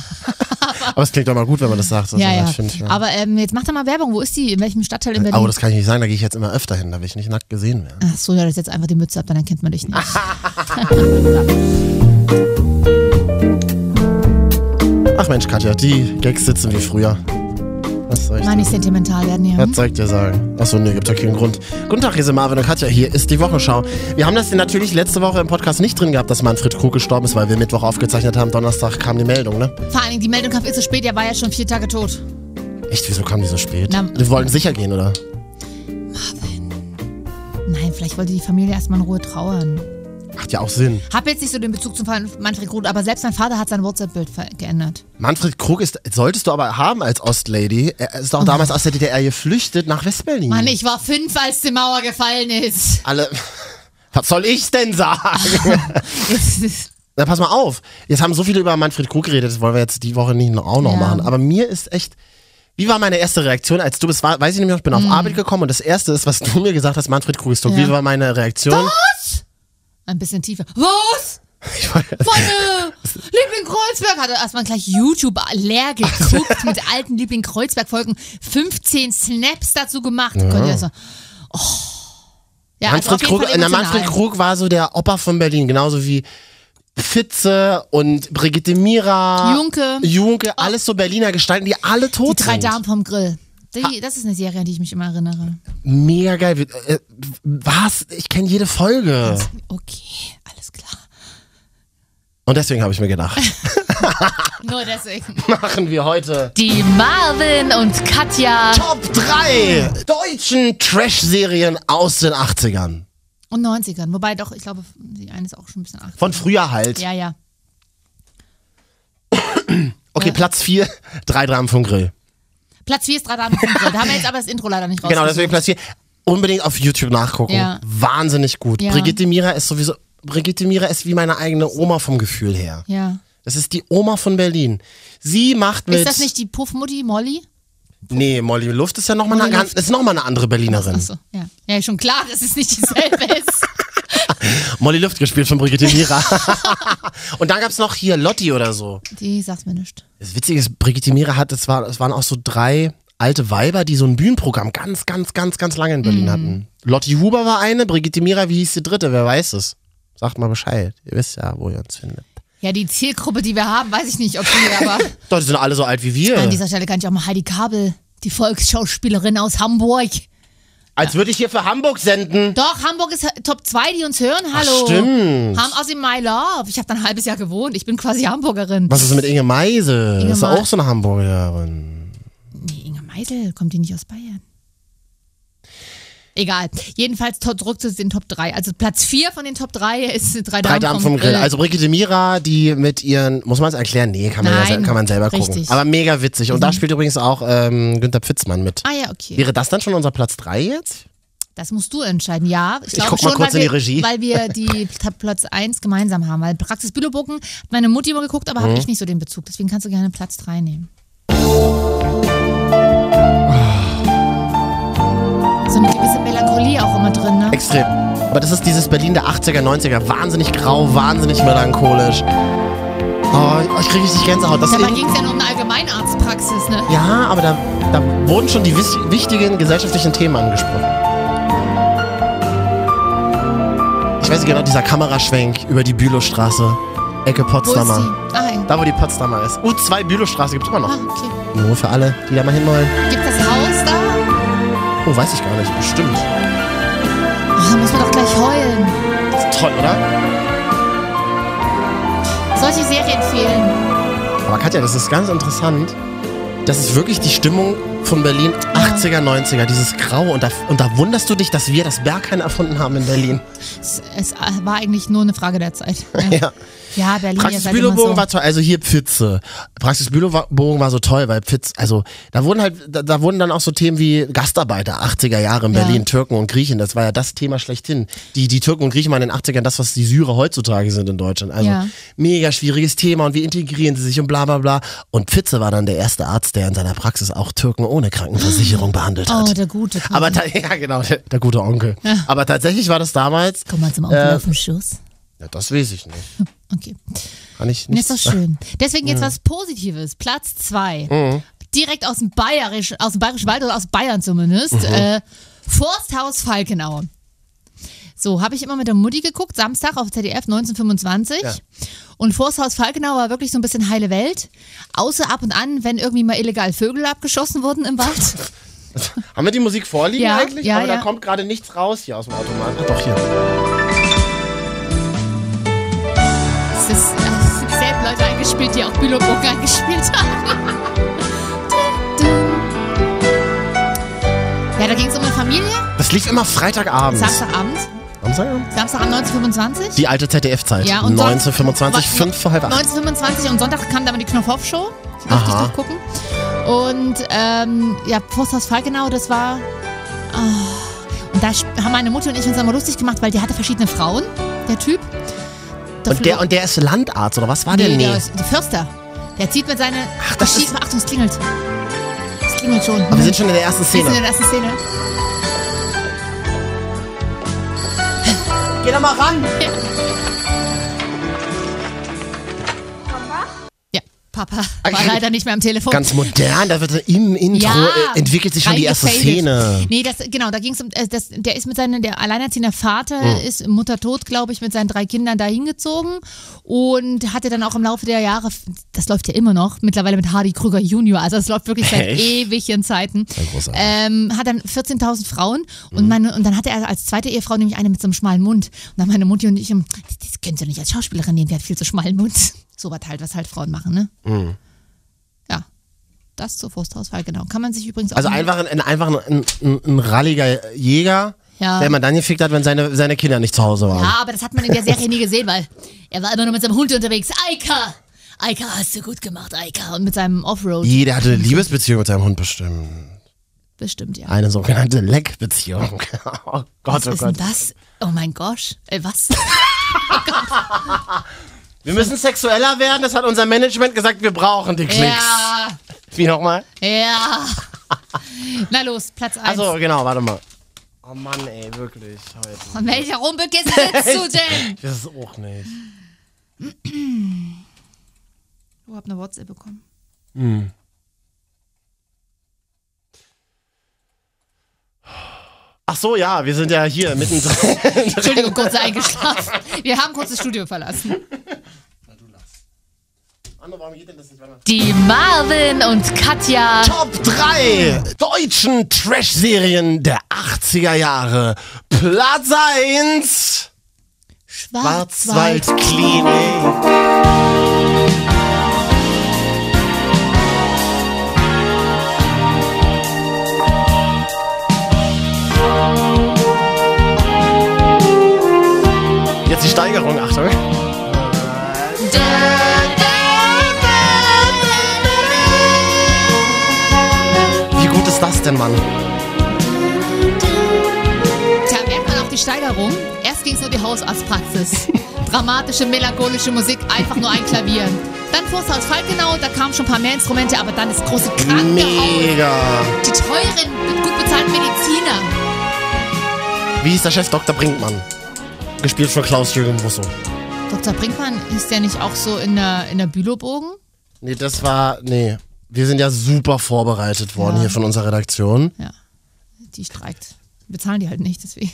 Speaker 1: Aber es klingt doch mal gut, wenn man das sagt. Also
Speaker 2: ja, ja.
Speaker 1: ich find, Also ja. Äh,
Speaker 2: Aber ähm, jetzt mach doch mal Werbung. Wo ist die? In welchem Stadtteil in Berlin?
Speaker 1: Aber das kann ich nicht sagen, da gehe ich jetzt immer öfter hin, da will ich nicht nackt gesehen werden.
Speaker 2: Ach so, ja, das ist jetzt einfach die Mütze ab, dann erkennt man dich nicht.
Speaker 1: Ach Mensch, Katja, die Gags sitzen wie früher. Was soll ich,
Speaker 2: Mal nicht sentimental werden hier.
Speaker 1: was soll ich dir sagen? Achso, nee, gibt's ja keinen Grund. Guten Tag, hier sind Marvin und Katja, hier ist die Wochenschau. Wir haben das natürlich letzte Woche im Podcast nicht drin gehabt, dass Manfred Krug gestorben ist, weil wir Mittwoch aufgezeichnet haben, Donnerstag kam die Meldung, ne?
Speaker 2: Vor allen Dingen, die Meldung kam viel zu spät, der war ja schon vier Tage tot.
Speaker 1: Echt, wieso kam die so spät?
Speaker 2: Na,
Speaker 1: wir wollten sicher gehen, oder?
Speaker 2: Nein, vielleicht wollte die Familie erstmal in Ruhe trauern.
Speaker 1: Macht ja auch Sinn.
Speaker 2: Hab jetzt nicht so den Bezug zum Fall Manfred Grut, aber selbst mein Vater hat sein WhatsApp-Bild ver- geändert.
Speaker 1: Manfred Krug ist, solltest du aber haben als Ostlady. Er ist
Speaker 2: Oh.
Speaker 1: doch damals aus der DDR geflüchtet nach Westberlin.
Speaker 2: Mann, ich war fünf, als die Mauer gefallen ist.
Speaker 1: alle. Was soll ich denn sagen?
Speaker 2: Jetzt ist-
Speaker 1: Na, pass mal auf. Jetzt haben so viele über Manfred Krug geredet, das wollen wir jetzt die Woche nicht noch- auch noch
Speaker 2: Ja.
Speaker 1: machen. Aber mir ist echt. Wie war meine erste Reaktion, als du bist? War, weiß ich nämlich noch, ich bin auf Arbeit gekommen und das erste ist, was du mir gesagt hast, Manfred Krug ist tot.
Speaker 2: Mhm. Ja.
Speaker 1: Wie war meine Reaktion?
Speaker 2: Ein bisschen tiefer. Was?
Speaker 1: Ich war-
Speaker 2: Wonne! Liebling Kreuzberg hatte erstmal gleich YouTube leer geguckt mit alten Liebling Kreuzberg-Folgen. 15 Snaps dazu gemacht. Ja. Könnt ihr also, oh. ja, also auf
Speaker 1: Manfred,
Speaker 2: jeden
Speaker 1: Krug,
Speaker 2: Fall
Speaker 1: na,
Speaker 2: emotional.
Speaker 1: Manfred Krug war so der Opa von Berlin, genauso wie Fitze und Brigitte Mira,
Speaker 2: Junke. Oh.
Speaker 1: Junke, alles so Berliner Gestalten, die alle
Speaker 2: Die
Speaker 1: tot
Speaker 2: drei
Speaker 1: sind.
Speaker 2: Damen vom Grill. Die, das ist eine Serie, an die ich mich immer erinnere.
Speaker 1: Mega geil. Wir- Äh, was? Ich kenne jede Folge.
Speaker 2: Okay, alles klar.
Speaker 1: Und deswegen habe ich mir gedacht,
Speaker 2: Nur deswegen.
Speaker 1: machen wir heute
Speaker 2: Die Marvin und Katja
Speaker 1: Top 3 deutschen Trash-Serien aus den 80ern.
Speaker 2: und 90ern. Wobei doch, ich glaube, die eine ist auch schon ein bisschen acht.
Speaker 1: Von früher halt.
Speaker 2: Ja, ja.
Speaker 1: Okay, Platz 4, drei Dramen vom Grill.
Speaker 2: Platz 4 ist drei Damen vom Grill. Da haben wir jetzt aber das Intro leider nicht raus.
Speaker 1: Genau, deswegen Platz 4. Unbedingt auf YouTube nachgucken.
Speaker 2: Ja.
Speaker 1: Wahnsinnig gut.
Speaker 2: Ja.
Speaker 1: Brigitte Mira ist sowieso. Brigitte Mira ist wie meine eigene Oma vom Gefühl her.
Speaker 2: Ja.
Speaker 1: Das ist die Oma von Berlin. Sie macht mit.
Speaker 2: Ist das nicht die Puffmutti, Molly?
Speaker 1: Nee, Molly Luft ist ja nochmal eine,
Speaker 2: Molly
Speaker 1: ganz-
Speaker 2: Luft.
Speaker 1: ist noch mal eine andere Berlinerin.
Speaker 2: Achso, ja. Ja, schon klar, dass es nicht dieselbe ist.
Speaker 1: Molly Luft gespielt von Brigitte Mira. Und dann gab's noch hier Lotti oder so.
Speaker 2: Die sagt mir nichts.
Speaker 1: Das Witzige ist, Brigitte Mira hat, es war, es waren auch so drei alte Weiber, die so ein Bühnenprogramm ganz, ganz, ganz, ganz lange in
Speaker 2: Mhm.
Speaker 1: Berlin hatten. Lotti Huber war eine, Brigitte Mira, wie hieß die dritte? Wer weiß es? Sagt mal Bescheid. Ihr wisst ja, wo ihr uns findet.
Speaker 2: Ja, die Zielgruppe, die wir haben, weiß ich nicht, ob die, aber
Speaker 1: Doch, die sind alle so alt wie
Speaker 2: an
Speaker 1: wir.
Speaker 2: dieser Stelle kann ich auch mal Heidi Kabel, die Volksschauspielerin aus Hamburg.
Speaker 1: Als würde ich hier für Hamburg senden.
Speaker 2: Doch, Hamburg ist Top 2, die uns hören. Hallo.
Speaker 1: stimmt.
Speaker 2: Haben aus in My Love. Ich habe da ein halbes Jahr gewohnt. Ich bin quasi Hamburgerin.
Speaker 1: Was ist mit Inge Meise?
Speaker 2: Inge
Speaker 1: ist ja
Speaker 2: Mei-
Speaker 1: auch so eine Hamburgerin.
Speaker 2: Nee, Inge Meisel, kommt die nicht aus Bayern? Egal. Jedenfalls to- drückt es den Top 3. Also Platz 4 von den Top 3 ist drei Damen,
Speaker 1: Drei Damen vom Grill. Also Brigitte Mira, die mit ihren, muss man es erklären? Nee, kann man, ja,
Speaker 2: Nein.
Speaker 1: sel- kann man selber gucken.
Speaker 2: Richtig. Mhm.
Speaker 1: Aber mega witzig. Und da spielt übrigens auch ähm, Günther Pfitzmann mit.
Speaker 2: ah ja, okay.
Speaker 1: Wäre das dann schon unser Platz 3 jetzt?
Speaker 2: Das musst du entscheiden. Ja, ich, glaube
Speaker 1: guck mal
Speaker 2: schon,
Speaker 1: kurz
Speaker 2: weil,
Speaker 1: in die
Speaker 2: wir,
Speaker 1: Regie.
Speaker 2: weil wir die Pl- Platz 1 gemeinsam haben. Weil Praxis Bülobocken hat meine Mutti immer geguckt,
Speaker 1: Mhm.
Speaker 2: aber habe ich nicht so den Bezug. Deswegen kannst du gerne Platz 3 nehmen. So eine gewisse Melancholie auch immer drin, ne?
Speaker 1: Extrem. Aber das ist dieses Berlin der 80er, 90er. Wahnsinnig grau, wahnsinnig melancholisch. Oh, ich kriege richtig Gänsehaut. Das
Speaker 2: Dabei ging es ja nur um eine Allgemeinarztpraxis, ne?
Speaker 1: ja, aber da, da wurden schon die wis- wichtigen gesellschaftlichen Themen angesprochen. Ich weiß nicht genau, dieser Kameraschwenk über die Bülowstraße, Ecke
Speaker 2: Wo ist
Speaker 1: Potsdamer.
Speaker 2: die? Ah, ja.
Speaker 1: Da, wo die Potsdamer ist. U2 Bülowstraße gibt's immer noch.
Speaker 2: ah, okay.
Speaker 1: Nur für alle, die da mal hin wollen.
Speaker 2: Gibt das Haus da?
Speaker 1: Oh, weiß ich gar nicht. Bestimmt.
Speaker 2: Oh, da muss man doch gleich heulen.
Speaker 1: Ist toll, oder?
Speaker 2: Solche Serien fehlen.
Speaker 1: Aber Katja, das ist ganz interessant. Das ist wirklich die Stimmung von Berlin, 80er, 90er, dieses Grau. Und da, und da wunderst du dich, dass wir das Berghain erfunden haben in Berlin.
Speaker 2: Es, es äh, war eigentlich nur eine Frage der Zeit. Ja,
Speaker 1: Ja.
Speaker 2: ja Berlin ihr
Speaker 1: Praxis
Speaker 2: seid halt immer
Speaker 1: Bülowbogen
Speaker 2: so.
Speaker 1: war toll, also hier Pfütze. Praxis Bülowbogen war so toll, weil Pfütze, also da wurden halt, da, da wurden dann auch so Themen wie Gastarbeiter, 80er Jahre in
Speaker 2: Ja.
Speaker 1: Berlin, Türken und Griechen, das war ja das Thema schlechthin. Die, die Türken und Griechen waren in den 80ern das, was die Syrer heutzutage sind in Deutschland. Also
Speaker 2: Ja.
Speaker 1: mega schwieriges Thema und wie integrieren sie sich und bla bla bla. Und Pfütze war dann der erste Arzt, der in seiner Praxis auch Türken ohne Krankenversicherung behandelt hat.
Speaker 2: Oh, der gute. Kuchen.
Speaker 1: aber ta- ja genau, der, der gute Onkel. Aber tatsächlich war das damals,
Speaker 2: Komm mal zum Onkel
Speaker 1: Äh,
Speaker 2: auf den Schuss.
Speaker 1: ja, das weiß ich nicht.
Speaker 2: Okay.
Speaker 1: Kann ich
Speaker 2: Nee,
Speaker 1: nicht.
Speaker 2: ist doch schön. Deswegen jetzt was Positives. Platz zwei. Direkt aus dem Bayerisch, aus dem Bayerischen Wald oder aus Bayern zumindest. Äh, Forsthaus Falkenau. So, habe ich immer mit der Mutti geguckt, Samstag auf ZDF 1925.
Speaker 1: Ja.
Speaker 2: Und Forsthaus Falkenau war wirklich so ein bisschen heile Welt. Außer ab und an, wenn irgendwie mal illegal Vögel abgeschossen wurden im Wald.
Speaker 1: Haben wir die Musik vorliegen
Speaker 2: Ja,
Speaker 1: eigentlich?
Speaker 2: ja,
Speaker 1: Aber
Speaker 2: ja.
Speaker 1: da kommt gerade nichts raus hier aus dem Automaten. Ah, doch, hier.
Speaker 2: Es ist äh, selbst Leute eingespielt, die auch Bülowburg eingespielt haben. Ja, da ging es um eine Familie,
Speaker 1: Das lief immer Freitagabends.
Speaker 2: Samstagabend, um
Speaker 1: Samstagabend?
Speaker 2: Samstagabend 1925.
Speaker 1: Die alte ZDF-Zeit.
Speaker 2: Ja, und sonst-
Speaker 1: 1925,
Speaker 2: was-
Speaker 1: 5 vor halb 8.
Speaker 2: 1925 und Sonntag kam dann die Knopfhoff-Show. Da Durfte ich
Speaker 1: Aha.
Speaker 2: noch gucken. Und ähm, ja, Forsthaus Falkenau, das war... ah. Und da sp- haben meine Mutter und ich uns immer lustig gemacht, weil die hatte verschiedene Frauen, der Typ. Da
Speaker 1: Und
Speaker 2: flog-
Speaker 1: der, und der ist Landarzt, oder was war
Speaker 2: Nee,
Speaker 1: Ah, der?
Speaker 2: der ist der Förster. Der zieht mit seine. Ach,
Speaker 1: das
Speaker 2: schießt mal. Achtung, es klingelt. Es klingelt schon.
Speaker 1: Aber wir sind schon in der ersten
Speaker 2: Wir sind in
Speaker 1: Szene.
Speaker 2: der ersten Szene.
Speaker 1: Geh doch mal ran!
Speaker 2: Ja, Papa war
Speaker 1: Okay.
Speaker 2: leider nicht mehr am Telefon.
Speaker 1: Ganz modern, da wird im Intro
Speaker 2: ja,
Speaker 1: äh, entwickelt sich schon die erste
Speaker 2: reingefadet.
Speaker 1: Szene.
Speaker 2: Nee, das, genau, da ging es um, äh, das, der ist mit seinem, der alleinerziehende Vater
Speaker 1: Mhm.
Speaker 2: ist Mutter tot, glaube ich, mit seinen drei Kindern da hingezogen und hatte dann auch im Laufe der Jahre, das läuft ja immer noch, mittlerweile mit Hardy Krüger Junior, also das läuft wirklich seit
Speaker 1: Echt?
Speaker 2: ewigen Zeiten,
Speaker 1: großartig. Mhm.
Speaker 2: ähm, hat dann 14.000 Frauen und, meine, und dann hatte er als zweite Ehefrau nämlich eine mit so einem schmalen Mund und dann meine Mutti und ich, ähm, das, das können sie nicht als Schauspielerin nehmen, die hat viel zu schmalen Mund. So was halt, was halt Frauen machen, ne?
Speaker 1: Mhm.
Speaker 2: Ja. Das zur Forsthauswahl, genau. Kann man sich übrigens auch.
Speaker 1: Also einfach ein, ein, einfach ein, ein, ein ralliger Jäger,
Speaker 2: Ja.
Speaker 1: der man dann gefickt hat, wenn seine, seine Kinder nicht zu Hause waren.
Speaker 2: Ja, aber das hat man in der Serie nie gesehen, weil er war immer nur mit seinem Hund unterwegs. Eika! Eika, hast du gut gemacht, Eika. Und mit seinem Offroad.
Speaker 1: Jeder hatte eine Liebesbeziehung mit seinem Hund bestimmt.
Speaker 2: Bestimmt, ja.
Speaker 1: Eine sogenannte Leckbeziehung. Oh Gott,
Speaker 2: Was
Speaker 1: oh
Speaker 2: ist denn
Speaker 1: Gott.
Speaker 2: das? Oh mein Gosh. Äh, was?
Speaker 1: Wir müssen sexueller werden, das hat unser Management gesagt, wir brauchen die Klicks.
Speaker 2: ja.
Speaker 1: Wie nochmal?
Speaker 2: Ja. Na los, Platz 1.
Speaker 1: Also genau, warte mal. Oh Mann, ey, wirklich. Heute.
Speaker 2: Von welcher Rumpelkiste sitzt du denn?
Speaker 1: Das ist auch nicht.
Speaker 2: Du hab eine WhatsApp bekommen.
Speaker 1: Ach so, ja, wir sind ja hier mittendrin.
Speaker 2: Entschuldigung, kurz eingeschlafen. Wir haben kurz das Studio verlassen.
Speaker 1: Anno, warum geht denn das nicht? Warte mal.
Speaker 2: Die Marvin und Katja.
Speaker 1: Top 3 deutschen Trash-Serien der 80er Jahre. Platz 1. Schwarzwaldklinik. Jetzt die Steigerung, Achtung. Wie gut ist das denn, Mann?
Speaker 2: Tja, merkt man auch die Steigerung. Erst ging es nur die Hausarztpraxis. Dramatische, melancholische Musik, einfach nur ein Klavier. Dann Forsthaus Falkenau, da kamen schon ein paar mehr Instrumente, aber dann das große Krankenhaus.
Speaker 1: Mega.
Speaker 2: Die teuren, gut bezahlten Mediziner.
Speaker 1: Wie hieß der Chef? Dr. Brinkmann. Gespielt von Klaus-Jürgen Russo.
Speaker 2: Dr. Brinkmann ist der nicht auch so in der, in der Bülowbogen?
Speaker 1: Nee, das war. Nee. Wir sind ja super vorbereitet worden
Speaker 2: Ja.
Speaker 1: hier von unserer Redaktion.
Speaker 2: Ja, die streikt. Bezahlen die halt nicht, deswegen.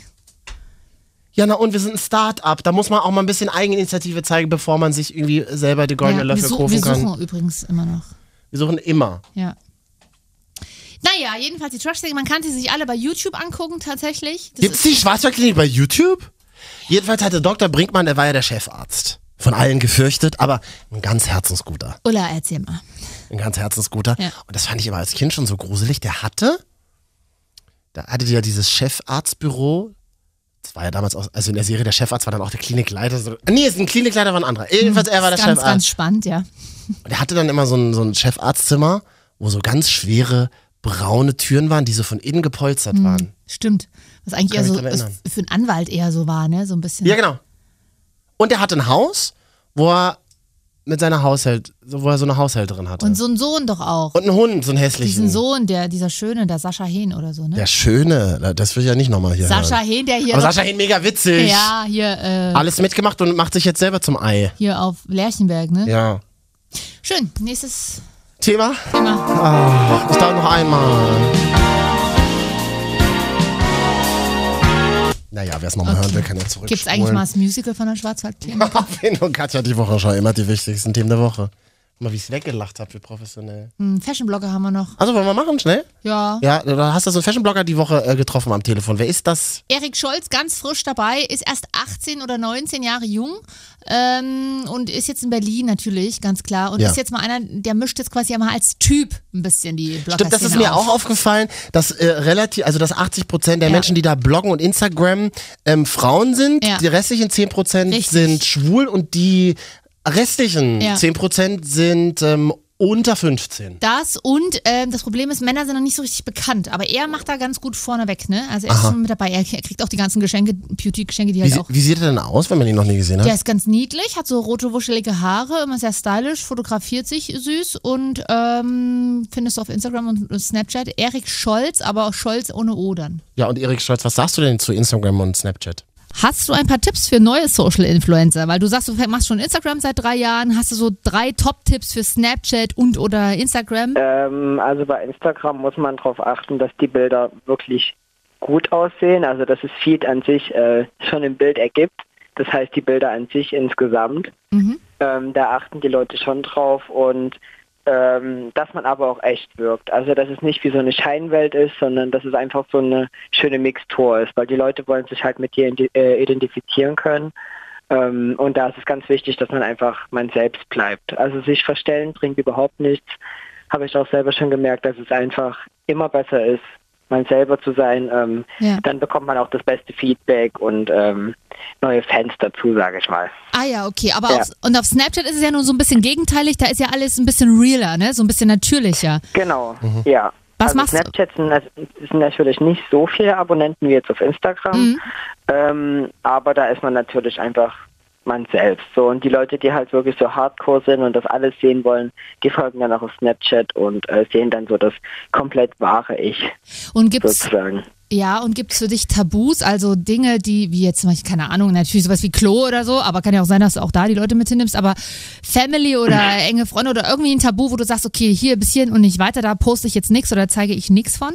Speaker 1: Ja, na und wir sind ein Start-up. Da muss man auch mal ein bisschen Eigeninitiative zeigen, bevor man sich irgendwie selber die goldene
Speaker 2: ja, wir,
Speaker 1: Löffel
Speaker 2: such-
Speaker 1: kaufen
Speaker 2: wir
Speaker 1: kann.
Speaker 2: suchen übrigens immer noch.
Speaker 1: Wir suchen immer.
Speaker 2: Ja. Naja, jedenfalls die trash man kann sie sich alle bei YouTube angucken tatsächlich. Das
Speaker 1: Gibt's die Schwarzwaldklinik bei YouTube? Jedenfalls hatte Dr. Brinkmann, der war ja der Chefarzt. Von allen gefürchtet, aber ein ganz herzensguter.
Speaker 2: Ulla, erzähl mal.
Speaker 1: Ein ganz herzensguter.
Speaker 2: Ja.
Speaker 1: Und das fand ich immer als Kind schon so gruselig. Der hatte, da hatte die ja dieses Chefarztbüro. Das war ja damals auch, also in der Serie der Chefarzt war dann auch der Klinikleiter. So, nee, ist ein Klinikleiter war ein anderer. Jedenfalls, Also er war der
Speaker 2: das ist ganz,
Speaker 1: Chefarzt.
Speaker 2: ganz spannend, ja.
Speaker 1: Und er hatte dann immer so ein, so ein Chefarztzimmer, wo so ganz schwere braune Türen waren, die so von innen
Speaker 2: Mhm.
Speaker 1: gepolstert waren.
Speaker 2: Stimmt. Was eigentlich
Speaker 1: Kann
Speaker 2: eher
Speaker 1: mich
Speaker 2: so
Speaker 1: dran erinnern.
Speaker 2: was für einen Anwalt eher so war, ne? So ein bisschen.
Speaker 1: Ja, genau. Und er hatte ein Haus, wo er mit seiner Haushalt, wo er so eine Haushälterin hatte.
Speaker 2: Und so ein Sohn doch auch.
Speaker 1: genau. Und einen Hund, so einen hässlichen.
Speaker 2: Diesen Sohn, der, dieser Schöne, der Sascha Hehn oder so, ne?
Speaker 1: Der Schöne, das will ich ja nicht nochmal hier
Speaker 2: Sascha
Speaker 1: hören.
Speaker 2: Hehn, der hier.
Speaker 1: genau. Aber
Speaker 2: noch-
Speaker 1: Sascha Hehn, mega witzig.
Speaker 2: ja, hier, äh,
Speaker 1: Alles mitgemacht und macht sich jetzt selber zum Ei.
Speaker 2: hier auf Lerchenberg, ne?
Speaker 1: Ja.
Speaker 2: Schön. Nächstes
Speaker 1: Thema?
Speaker 2: Thema.
Speaker 1: Ah, ich darf noch einmal. Naja, wer es nochmal hören will, kann ja zurück.
Speaker 2: Gibt's eigentlich mal das Musical von der Schwarzwaldklinik?
Speaker 1: Marvin und Katja die Woche schon immer die wichtigsten Themen der Woche. Mal wie ich es weggelacht habe, wie professionell.
Speaker 2: Hm, Fashionblogger haben wir noch.
Speaker 1: Also wollen wir machen, schnell?
Speaker 2: Ja.
Speaker 1: Ja, da hast du so einen Fashionblogger die Woche äh, getroffen am Telefon. Wer ist das?
Speaker 2: Erik Scholz, ganz frisch dabei, ist erst 18 oder 19 Jahre jung ähm, und ist jetzt in Berlin natürlich, ganz klar. Und
Speaker 1: Ja.
Speaker 2: ist jetzt mal einer, der mischt jetzt quasi einmal als Typ ein bisschen die Blogger
Speaker 1: Stimmt, das ist mir auch aufgefallen, dass äh, relativ, also dass 80 Prozent der
Speaker 2: Ja.
Speaker 1: Menschen, die da bloggen und Instagram, ähm, Frauen sind.
Speaker 2: Ja.
Speaker 1: Die restlichen 10 Prozent
Speaker 2: Richtig.
Speaker 1: sind schwul und die restlichen
Speaker 2: Ja.
Speaker 1: 10 Prozent sind ähm, unter 15.
Speaker 2: Das und ähm, das Problem ist, Männer sind noch nicht so richtig bekannt, aber er macht da ganz gut vorne weg, ne? Also er ist schon mit dabei. Er kriegt auch die ganzen Geschenke, Beauty-Geschenke, die
Speaker 1: Wie,
Speaker 2: halt
Speaker 1: sie-
Speaker 2: auch.
Speaker 1: wie sieht er denn aus, wenn man ihn noch nie gesehen hat?
Speaker 2: Der ist ganz niedlich, hat so rote, wuschelige Haare, immer sehr stylisch, fotografiert sich süß und ähm, findest du auf Instagram und Snapchat. Erik Scholz, aber auch Scholz ohne O dann.
Speaker 1: Ja, und Erik Scholz, was sagst du denn zu Instagram und Snapchat?
Speaker 2: Hast du ein paar Tipps für neue Social Influencer? Weil du sagst, du machst schon Instagram seit drei Jahren. Hast du so drei Top-Tipps für Snapchat und oder Instagram?
Speaker 4: Ähm, also bei Instagram muss man darauf achten, dass die Bilder wirklich gut aussehen, also dass das Feed an sich äh, schon ein Bild ergibt. Das heißt, die Bilder an sich insgesamt. Ähm, da achten die Leute schon drauf und ähm, dass man aber auch echt wirkt. Also dass es nicht wie so eine Scheinwelt ist, sondern dass es einfach so eine schöne Mixtur ist, weil die Leute wollen sich halt mit dir ident- äh, identifizieren können. Ähm, und da ist es ganz wichtig, dass man einfach man selbst bleibt. Also sich verstellen bringt überhaupt nichts. Habe ich auch selber schon gemerkt, dass es einfach immer besser ist, man selber zu sein. Ähm,
Speaker 2: Ja.
Speaker 4: Dann bekommt man auch das beste Feedback und ähm, neue Fans dazu, sage ich mal.
Speaker 2: Ah ja, okay. Aber
Speaker 4: Ja.
Speaker 2: Auf, und auf Snapchat ist es ja nur so ein bisschen gegenteilig. Da ist ja alles ein bisschen realer, ne? So ein bisschen natürlicher.
Speaker 4: Genau, ja.
Speaker 2: Was
Speaker 4: also
Speaker 2: machst du-
Speaker 4: Snapchat sind, nat- sind natürlich nicht so viele Abonnenten wie jetzt auf Instagram,
Speaker 2: Mhm.
Speaker 4: ähm, aber da ist man natürlich einfach man selbst. So und die Leute, die halt wirklich so Hardcore sind und das alles sehen wollen, die folgen dann auch auf Snapchat und äh, sehen dann so das komplett wahre Ich
Speaker 2: Und gibt's
Speaker 4: sozusagen.
Speaker 2: ja und gibt's für dich Tabus, also Dinge, die wie jetzt zum Beispiel keine Ahnung, natürlich sowas wie Klo oder so, aber kann ja auch sein, dass du auch da die Leute mit hinnimmst. Aber Family oder enge Freunde oder irgendwie ein Tabu, wo du sagst, okay, hier bis hierhin und nicht weiter, da poste ich jetzt nichts oder zeige ich nichts von.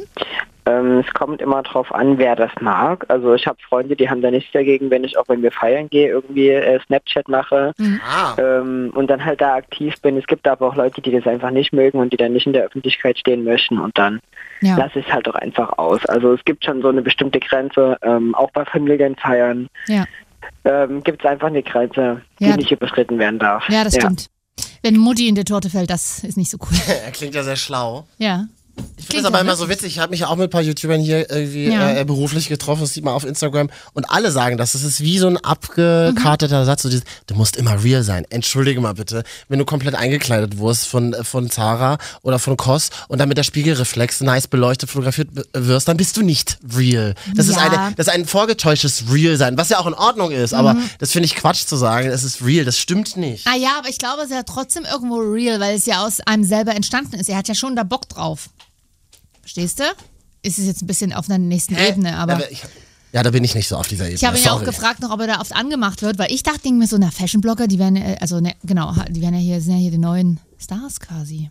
Speaker 4: Ähm, es kommt immer drauf an, wer das mag. Also ich habe Freunde, die haben da nichts dagegen, wenn ich auch wenn wir feiern gehe irgendwie äh, Snapchat mache.
Speaker 2: Mhm.
Speaker 1: Ah.
Speaker 4: ähm, und dann halt da aktiv bin. Es gibt aber auch Leute, die das einfach nicht mögen und die dann nicht in der Öffentlichkeit stehen möchten und dann
Speaker 2: Ja.
Speaker 4: lasse ich es halt auch einfach aus. Also es gibt schon so eine bestimmte Grenze, ähm, auch bei Familienfeiern
Speaker 2: Ja.
Speaker 4: ähm, gibt es einfach eine Grenze, die
Speaker 2: Ja.
Speaker 4: nicht überschritten werden darf.
Speaker 2: Ja, das stimmt. Wenn Mutti in der Torte fällt, das ist nicht so cool.
Speaker 1: Er klingt ja sehr schlau.
Speaker 2: Ja.
Speaker 1: Ich
Speaker 2: Klingt
Speaker 1: finde das aber
Speaker 2: ja
Speaker 1: immer
Speaker 2: witzig.
Speaker 1: so witzig. Ich habe mich ja auch mit ein paar YouTubern hier irgendwie
Speaker 2: Ja.
Speaker 1: äh, beruflich getroffen. Das sieht man auf Instagram. Und alle sagen das. Das ist wie so ein abgekarteter
Speaker 2: Mhm.
Speaker 1: Satz. So dieses, du musst immer real sein. Entschuldige mal bitte, wenn du komplett eingekleidet wurdest von, äh, von Zara oder von Koss und dann mit der Spiegelreflex nice beleuchtet fotografiert b- wirst, dann bist du nicht real. Das, ist,
Speaker 2: Ja.
Speaker 1: eine, das ist ein vorgetäuschtes Real sein, was ja auch in Ordnung ist. Aber
Speaker 2: Mhm.
Speaker 1: das finde ich Quatsch zu sagen. Es ist real. Das stimmt nicht.
Speaker 2: Ah ja, aber ich glaube, es ist ja trotzdem irgendwo real, weil es ja aus einem selber entstanden ist. Er hat ja schon da Bock drauf. Verstehst du? Ist es jetzt ein bisschen auf einer nächsten Ah, Ebene, aber.
Speaker 1: Ja, Äh, ich, ja, da bin ich nicht so auf dieser Ebene.
Speaker 2: ich habe ihn ja auch
Speaker 1: Sorry.
Speaker 2: gefragt, noch, ob er da oft angemacht wird, weil ich dachte mir so, na, Fashionblogger, die werden, äh, also ne, genau, die werden ja hier, sind ja hier die neuen Stars quasi.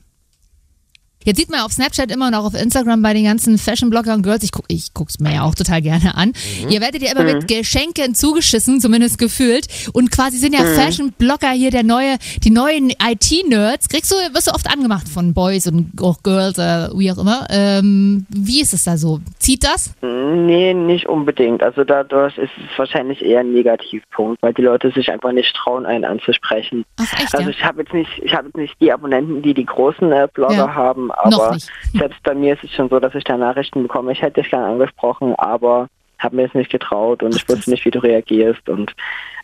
Speaker 2: Jetzt sieht man ja auf Snapchat immer und auch auf Instagram bei den ganzen Fashion-Bloggern und Girls, ich, guck, ich guck's mir ja auch total gerne an. Ihr werdet ja immer mit Geschenken zugeschissen, zumindest gefühlt. Und quasi sind ja Fashion-Blogger hier der neue, die neuen IT-Nerds. Kriegst du, wirst du oft angemacht von Boys und auch Girls, äh, wie auch immer. Ähm, wie ist es da so? Zieht das?
Speaker 4: Nee, nicht unbedingt. Also dadurch ist es wahrscheinlich eher ein Negativpunkt, weil die Leute sich einfach nicht trauen, einen anzusprechen.
Speaker 2: Ach echt,
Speaker 4: Also
Speaker 2: ja?
Speaker 4: ich habe jetzt nicht, ich habe jetzt nicht die Abonnenten, die die großen äh, Blogger
Speaker 2: Ja.
Speaker 4: haben,
Speaker 2: Noch
Speaker 4: aber
Speaker 2: nicht.
Speaker 4: selbst bei mir ist es schon so, dass ich da Nachrichten bekomme. Ich hätte dich gerne angesprochen, aber habe mir es nicht getraut und
Speaker 2: Ach,
Speaker 4: ich wusste
Speaker 2: das-
Speaker 4: nicht, wie du reagierst. Und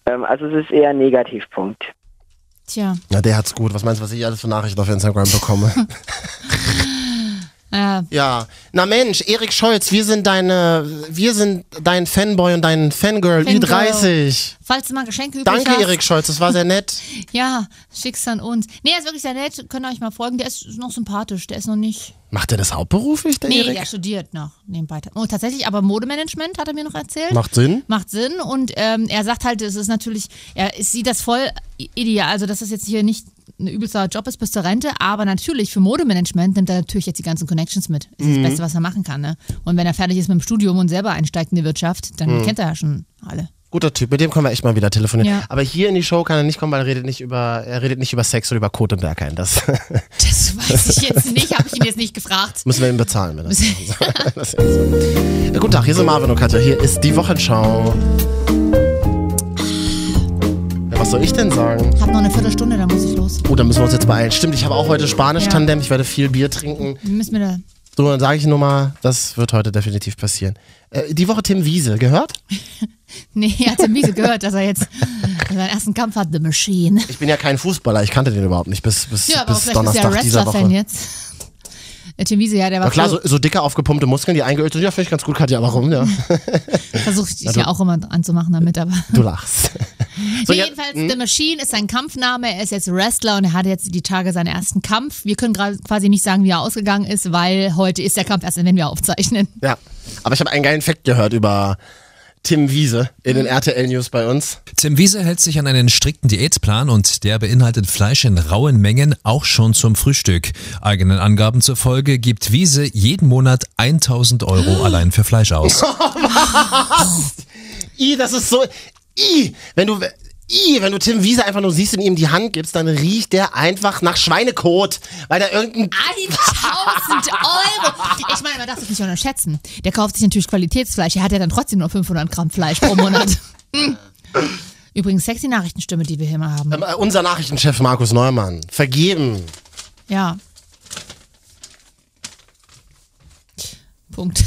Speaker 4: ähm, also es ist eher ein Negativpunkt.
Speaker 2: Tja.
Speaker 1: Na, der hat's gut. Was meinst du, was ich alles für Nachrichten auf Instagram bekomme?
Speaker 2: Äh,
Speaker 1: ja. Na Mensch, Erik Scholz, wir sind deine, wir sind dein Fanboy und dein Fangirl,
Speaker 2: Fangirl.
Speaker 1: Ü30.
Speaker 2: falls du mal Geschenke übrig
Speaker 1: Danke,
Speaker 2: hast.
Speaker 1: Erik Scholz, das war sehr nett.
Speaker 2: Ja, schick's an uns. Nee, er ist wirklich sehr nett. Könnt ihr euch mal folgen. Der ist noch sympathisch. Der ist noch nicht.
Speaker 1: Macht er das hauptberuflich, der
Speaker 2: Nee,
Speaker 1: Erik?
Speaker 2: der studiert noch nebenbei. Oh, tatsächlich, aber Modemanagement hat er mir noch erzählt.
Speaker 1: Macht Sinn.
Speaker 2: Macht Sinn und ähm, er sagt halt, es ist natürlich, er sieht das voll ideal. Also, dass das jetzt hier nicht ein übelster Job ist bis zur Rente, aber natürlich für Modemanagement nimmt er natürlich jetzt die ganzen Connections mit. Ist
Speaker 1: Mhm.
Speaker 2: das Beste, was er machen kann. Ne? Und wenn er fertig ist mit dem Studium und selber einsteigt in die Wirtschaft,
Speaker 1: Mhm.
Speaker 2: dann kennt er ja schon alle.
Speaker 1: Guter Typ, mit dem können wir echt mal wieder telefonieren.
Speaker 2: Ja.
Speaker 1: Aber hier in die Show kann er nicht kommen, weil er redet nicht über, er redet nicht über Sex oder über Kot und Berg ein. Das
Speaker 2: Das weiß ich jetzt nicht, habe ich ihn jetzt nicht gefragt.
Speaker 1: müssen wir ihm bezahlen. Wenn er das machen soll. das ist so. Guten Tag, hier sind Marvin und Katja. Hier ist die Wochenschau. Ja, was soll ich denn sagen?
Speaker 2: Hab noch eine Viertelstunde, dann muss ich los.
Speaker 1: Oh, dann müssen wir uns jetzt beeilen. Stimmt, ich habe auch heute
Speaker 2: Ja.
Speaker 1: Spanisch-Tandem. Ich werde viel Bier trinken.
Speaker 2: Wir müssen wieder.
Speaker 1: So, dann sage ich nur mal, das wird heute definitiv passieren. Äh, die Woche Tim Wiese, gehört?
Speaker 2: Nee, er hat ja miese gehört, dass er jetzt seinen ersten Kampf hat, The Machine.
Speaker 1: Ich bin ja kein Fußballer, ich kannte den überhaupt nicht bis, bis,
Speaker 2: Ja, aber
Speaker 1: bis
Speaker 2: vielleicht ist er
Speaker 1: Donnerstag dieser
Speaker 2: Wrestler-Fan
Speaker 1: Woche.
Speaker 2: jetzt. Der Tim Wiese, ja, der war
Speaker 1: Na klar, so,
Speaker 2: früher-
Speaker 1: so dicke, aufgepumpte Muskeln, die eingeölt sind, ja, finde ich ganz gut, Katja, warum, ja.
Speaker 2: versucht sich
Speaker 1: du-
Speaker 2: ja auch immer anzumachen damit, aber.
Speaker 1: Du lachst. Also- So,
Speaker 2: nee,
Speaker 1: ja, hm?
Speaker 2: jedenfalls, The Machine ist sein Kampfname, er ist jetzt Wrestler und er hatte jetzt die Tage seinen ersten Kampf. Wir können gerade quasi nicht sagen, wie er ausgegangen ist, weil heute ist der Kampf erst, wenn wir aufzeichnen.
Speaker 1: ja. Aber ich habe einen geilen Fact gehört über Tim Wiese in den RTL-News bei uns.
Speaker 5: Tim Wiese hält sich an einen strikten Diätplan und der beinhaltet Fleisch in rauen Mengen auch schon zum Frühstück. Eigenen Angaben zufolge gibt Wiese jeden Monat 1000 Euro allein für Fleisch aus.
Speaker 1: I, das ist so. I, wenn du. I, wenn du Tim Wiese einfach nur siehst und ihm die Hand gibst, dann riecht der einfach nach Schweinekot, weil da irgendein
Speaker 2: 1000 Euro! Ich meine, man darf das nicht unterschätzen. Der kauft sich natürlich Qualitätsfleisch. Er hat ja dann trotzdem nur 500 Gramm Fleisch pro Monat. Hm. Übrigens, sexy Nachrichtenstimme, die wir hier mal haben.
Speaker 1: Äh, unser Nachrichtenchef Markus Neumann vergeben.
Speaker 2: Ja. Punkt.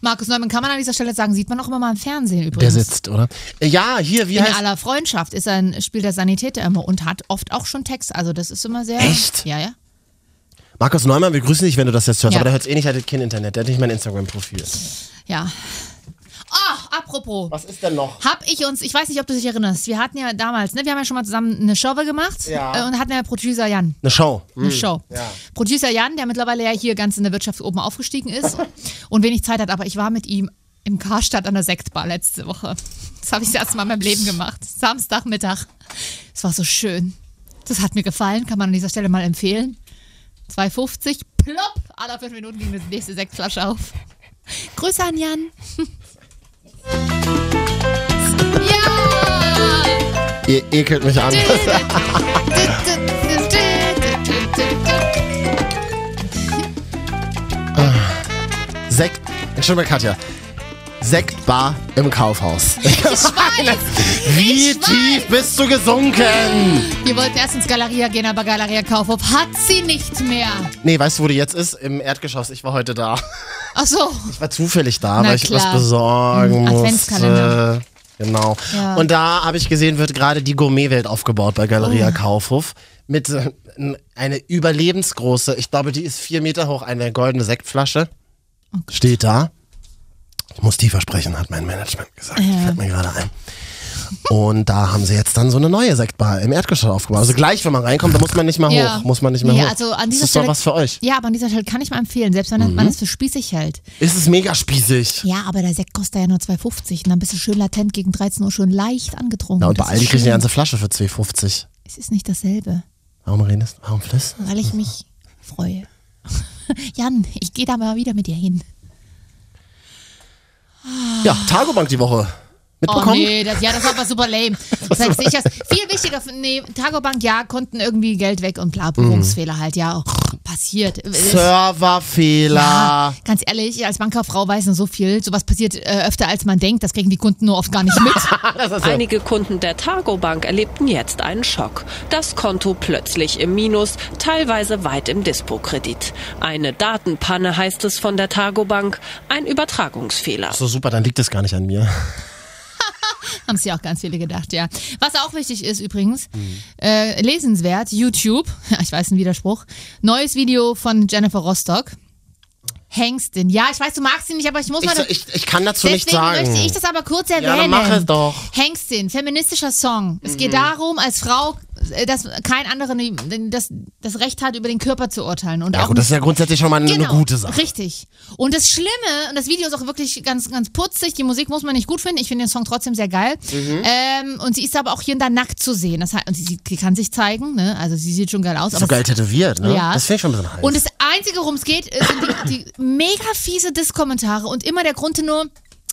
Speaker 2: Markus Neumann kann man an dieser Stelle sagen, sieht man auch immer mal im Fernsehen
Speaker 1: Der
Speaker 2: übrigens.
Speaker 1: sitzt, oder? Äh, Ja, hier, wie
Speaker 2: In
Speaker 1: heißt
Speaker 2: aller Freundschaft ist ein Spiel der Sanitäter immer und hat oft auch schon Text. Also das ist immer sehr.
Speaker 1: Echt?
Speaker 2: Ja, ja.
Speaker 1: Markus Neumann, wir grüßen dich, wenn du das jetzt hörst,
Speaker 2: Ja.
Speaker 1: aber der hört eh nicht, der hat kein Internet, der hat nicht mein Instagram-Profil.
Speaker 2: Ja. Oh, apropos.
Speaker 1: Was ist denn noch?
Speaker 2: Hab ich uns, ich weiß nicht, ob du dich erinnerst, wir hatten ja damals, ne, wir haben ja schon mal zusammen eine Show gemacht
Speaker 1: Ja.
Speaker 2: äh, und hatten ja Producer Jan.
Speaker 1: Eine Show.
Speaker 2: eine Show. Producer Jan, der mittlerweile ja hier ganz in der Wirtschaft oben aufgestiegen ist und wenig Zeit hat, aber ich war mit ihm im Karstadt an der Sektbar letzte Woche. Das habe ich das erste Mal in meinem Leben gemacht. Samstagmittag. Es war so schön. Das hat mir gefallen, kann man an dieser Stelle mal empfehlen. 2,50, plopp, alle fünf Minuten ging die nächste Sektflasche auf. Grüße an Jan. ja!
Speaker 1: Ihr ekelt mich an. Sekt. Entschuldigung, Katja. Sektbar im Kaufhaus.
Speaker 2: Ich weiß.
Speaker 1: Wie
Speaker 2: Ich
Speaker 1: tief bist du gesunken?
Speaker 2: Wir wollten erst ins Galeria gehen, aber Galeria Kaufhof hat sie nicht mehr.
Speaker 1: Nee, weißt du, wo die jetzt ist? Im Erdgeschoss. Ich war heute da.
Speaker 2: Ach so.
Speaker 1: Ich war zufällig da,
Speaker 2: Na
Speaker 1: weil ich
Speaker 2: klar.
Speaker 1: was besorgen
Speaker 2: Hm, Adventskalender.
Speaker 1: musste. Genau.
Speaker 2: Ja.
Speaker 1: Und da habe ich gesehen, wird gerade die Gourmetwelt aufgebaut bei
Speaker 2: Oh.
Speaker 1: Galeria Kaufhof. Mit äh, n- eine überlebensgroße, ich glaube, die ist vier Meter hoch, eine goldene Sektflasche.
Speaker 2: Oh
Speaker 1: Steht da. Ich muss tiefer sprechen, hat mein Management gesagt.
Speaker 2: Ja.
Speaker 1: Fällt mir gerade ein. Und da haben sie jetzt dann so eine neue Sektbar im Erdgeschoss aufgebaut. Also gleich, wenn man reinkommt, da muss man nicht mehr
Speaker 2: Ja.
Speaker 1: hoch. Oh, Muss man nicht mehr
Speaker 2: ja,
Speaker 1: hoch.
Speaker 2: Also an
Speaker 1: das
Speaker 2: dieser
Speaker 1: ist
Speaker 2: Stelle,
Speaker 1: doch was für euch. Mhm.
Speaker 2: Ja, aber an dieser Stelle kann ich mal empfehlen, selbst wenn man es für spießig hält.
Speaker 1: Ist es mega spießig.
Speaker 2: Ja, aber der Sekt kostet ja nur 2,50 und dann bist du schön latent gegen 13 Uhr schon leicht angetrunken.
Speaker 1: Na, und bei
Speaker 2: Das ist
Speaker 1: Aldi kriegst du eine
Speaker 2: schön.
Speaker 1: ganze Flasche für 2,50.
Speaker 2: Es ist nicht dasselbe,
Speaker 1: Warum redest du? Warum flüsterst
Speaker 2: weil ich mich freue. Jan, ich gehe da mal wieder mit dir hin.
Speaker 1: Ah. Ja, Tagobank die Woche.
Speaker 2: Oh
Speaker 1: Mitbekommen?
Speaker 2: nee, das, ja, das war aber super lame. Das heißt, ich hab's- viel wichtiger, nee, Tagobank, ja, konnten irgendwie Geld weg und
Speaker 1: Mhm.
Speaker 2: bla, Buchungsfehler halt, ja, passiert.
Speaker 1: Serverfehler.
Speaker 2: Ja, ganz ehrlich, als Bankkauffrau weiß man so viel. Sowas passiert äh, öfter, als man denkt. Das kriegen die Kunden nur oft gar nicht mit.
Speaker 6: Einige Kunden der Targobank erlebten jetzt einen Schock. Das Konto plötzlich im Minus, teilweise weit im Dispokredit. Eine Datenpanne heißt es von der Targobank, ein Übertragungsfehler.
Speaker 1: So super, dann liegt es gar nicht an mir.
Speaker 2: Haben sich auch ganz viele gedacht, ja. Was auch wichtig ist übrigens,
Speaker 1: Mhm.
Speaker 2: äh, lesenswert, YouTube, ja, ich weiß, ein Widerspruch, neues Video von Jennifer Rostock. Hengstin. Ja, ich weiß, du magst ihn nicht, aber ich muss
Speaker 1: Ich,
Speaker 2: mal... das-
Speaker 1: ich, ich kann dazu
Speaker 2: Deswegen
Speaker 1: nichts sagen.
Speaker 2: möchte ich das aber kurz erwähnen.
Speaker 1: Ja, dann mach es doch. Mhm.
Speaker 2: Hengstin, feministischer Song. Es geht darum, als Frau, äh, dass kein anderer ne- das, das Recht hat, über den Körper zu urteilen. Und
Speaker 1: ja,
Speaker 2: auch
Speaker 1: gut, das ist ja grundsätzlich schon mal eine,
Speaker 2: Genau,
Speaker 1: eine gute Sache.
Speaker 2: Richtig. Und das Schlimme, und das Video ist auch wirklich ganz, ganz putzig, die Musik muss man nicht gut finden, ich finde den Song trotzdem sehr geil.
Speaker 1: Mhm.
Speaker 2: Ähm, und sie ist aber auch hier und da nackt zu sehen. Das heißt, und sie, sie sie kann sich zeigen, ne? also sie sieht schon geil aus.
Speaker 1: So
Speaker 2: aber
Speaker 1: geil tätowiert, ne?
Speaker 2: Ja.
Speaker 1: Das finde ich schon ein bisschen heiß.
Speaker 2: und das Einzige, worum es geht, äh, sind die, die mega fiese Diss-Kommentare und immer der Grund nur,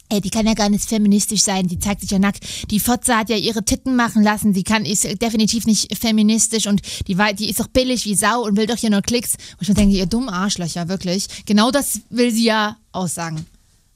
Speaker 2: ey, die kann ja gar nicht feministisch sein, die zeigt sich ja nackt, die Fotze hat ja ihre Titten machen lassen, die kann, ist definitiv nicht feministisch und die, wei- die ist doch billig wie Sau und will doch hier nur Klicks. Und ich mir denke, ihr dummen Arschlöcher, wirklich. Genau das will sie ja aussagen.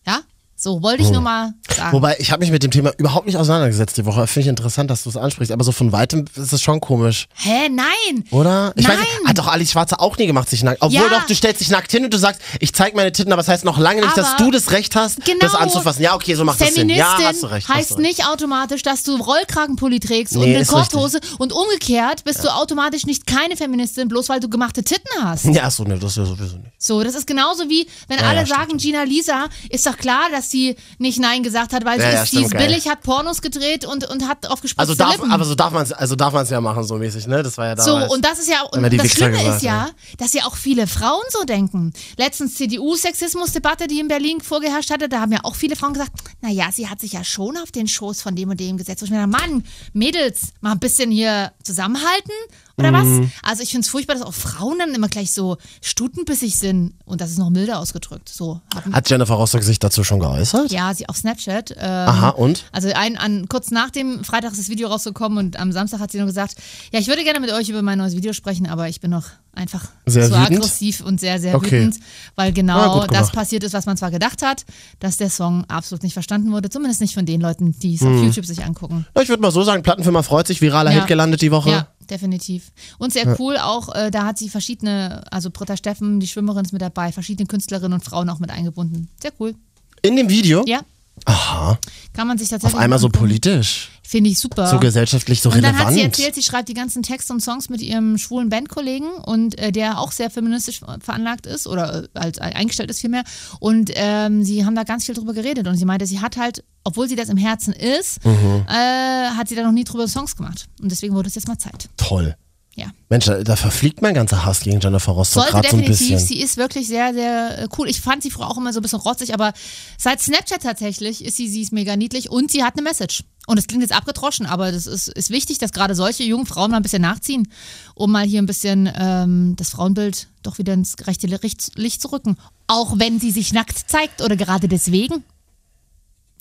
Speaker 2: Ja? So, wollte ich nur mal sagen.
Speaker 1: Oh. Wobei, ich habe mich mit dem Thema überhaupt nicht auseinandergesetzt die Woche. Finde ich interessant, dass du es ansprichst. Aber so von Weitem ist es schon komisch,
Speaker 2: Hä, nein!
Speaker 1: oder? Ich
Speaker 2: Nein!
Speaker 1: weiß nicht, hat doch Ali Schwarze auch nie gemacht, sich nackt. Obwohl
Speaker 2: Ja.
Speaker 1: doch, du stellst dich nackt hin und du sagst, ich zeig meine Titten, aber es das heißt noch lange nicht, dass
Speaker 2: Aber
Speaker 1: du das Recht hast,
Speaker 2: Genau.
Speaker 1: das anzufassen. Ja, okay, so macht das Sinn.
Speaker 2: Feministin
Speaker 1: Ja, hast du recht. hast
Speaker 2: heißt
Speaker 1: du recht.
Speaker 2: nicht automatisch, dass du Rollkragenpulli trägst und
Speaker 1: Nee,
Speaker 2: eine
Speaker 1: ist
Speaker 2: Korthose und umgekehrt bist du automatisch nicht keine Feministin, bloß weil du gemachte Titten hast.
Speaker 1: Ja, achso, ne, das ist ja sowieso nicht.
Speaker 2: So, das ist genauso wie, wenn
Speaker 1: Ja,
Speaker 2: alle
Speaker 1: ja, stimmt,
Speaker 2: sagen, Gina Lisa, ist doch klar, dass sie nicht Nein gesagt hat, weil
Speaker 1: Ja,
Speaker 2: sie
Speaker 1: ja,
Speaker 2: ist,
Speaker 1: stimmt,
Speaker 2: sie ist
Speaker 1: geil.
Speaker 2: billig, hat Pornos gedreht und, und hat auf
Speaker 1: Also
Speaker 2: gespritzte
Speaker 1: darf,
Speaker 2: Lippen.
Speaker 1: aber so darf man es also darf man's ja machen, so mäßig, ne? Das war ja
Speaker 2: So,
Speaker 1: damals.
Speaker 2: und das ist ja, und
Speaker 1: Wenn wir die
Speaker 2: das
Speaker 1: Wichser
Speaker 2: Schlimme
Speaker 1: gesagt
Speaker 2: ist ja, dass ja auch viele Frauen so denken. Letztens CDU-Sexismusdebatte, die in Berlin vorgeherrscht hatte, da haben ja auch viele Frauen gesagt, naja, sie hat sich ja schon auf den Schoß von dem und dem gesetzt. Und ich mir dachte, Mann, Mädels, mal ein bisschen hier zusammenhalten oder
Speaker 1: Mhm.
Speaker 2: was? Also ich finde es furchtbar, dass auch Frauen dann immer gleich so stutenbissig sind und das ist noch milder ausgedrückt. So, haben,
Speaker 1: Hat Jennifer Rostock sich dazu schon geäußert?
Speaker 2: ja, sie auf Snapchat. Ähm,
Speaker 1: Aha, und?
Speaker 2: Also ein, an, kurz nach dem Freitag ist das Video rausgekommen und am Samstag hat sie nur gesagt, ja, ich würde gerne mit euch über mein neues Video sprechen, aber ich bin noch einfach
Speaker 1: Sehr
Speaker 2: so
Speaker 1: wütend?
Speaker 2: aggressiv und sehr, sehr
Speaker 1: Okay.
Speaker 2: wütend, weil
Speaker 1: Ah,
Speaker 2: genau
Speaker 1: gut
Speaker 2: das
Speaker 1: gemacht.
Speaker 2: passiert ist, was man zwar gedacht hat, dass der Song absolut nicht verstanden wurde, zumindest nicht von den Leuten, die es
Speaker 1: Hm.
Speaker 2: auf YouTube sich angucken.
Speaker 1: Na, Ich würde mal so sagen, Plattenfirma freut sich, viraler
Speaker 2: Ja.
Speaker 1: Hit gelandet die Woche.
Speaker 2: Ja, definitiv. Und sehr cool auch, äh, da hat sie verschiedene, also Britta Steffen, die Schwimmerin ist mit dabei, verschiedene Künstlerinnen und Frauen auch mit eingebunden. Sehr cool.
Speaker 1: In dem Video?
Speaker 2: Ja.
Speaker 1: Aha.
Speaker 2: Kann man sich tatsächlich
Speaker 1: Auf einmal so
Speaker 2: angucken.
Speaker 1: politisch,
Speaker 2: Finde ich super.
Speaker 1: so gesellschaftlich, so
Speaker 2: und dann
Speaker 1: relevant.
Speaker 2: hat sie erzählt, sie schreibt die ganzen Texte und Songs mit ihrem schwulen Bandkollegen und äh, der auch sehr feministisch veranlagt ist oder äh, als eingestellt ist vielmehr. Und ähm, sie haben da ganz viel drüber geredet und sie meinte, sie hat halt, obwohl sie das im Herzen ist,
Speaker 1: Mhm.
Speaker 2: äh, hat sie da noch nie drüber Songs gemacht. Und deswegen wurde es jetzt mal Zeit.
Speaker 1: Toll.
Speaker 2: Ja.
Speaker 1: Mensch, da, da verfliegt mein ganzer Hass gegen Jennifer Rostock
Speaker 2: Sollte
Speaker 1: gerade so ein
Speaker 2: definitiv,
Speaker 1: bisschen.
Speaker 2: sie ist wirklich sehr, sehr äh, cool. Ich fand sie früher auch immer so ein bisschen rotzig, aber seit Snapchat tatsächlich ist sie, sie ist mega niedlich und sie hat eine Message. Und das klingt jetzt abgedroschen, aber das ist, ist wichtig, dass gerade solche jungen Frauen mal ein bisschen nachziehen, um mal hier ein bisschen ähm, das Frauenbild doch wieder ins rechte Licht, Licht zu rücken. Auch wenn sie sich nackt zeigt oder gerade deswegen.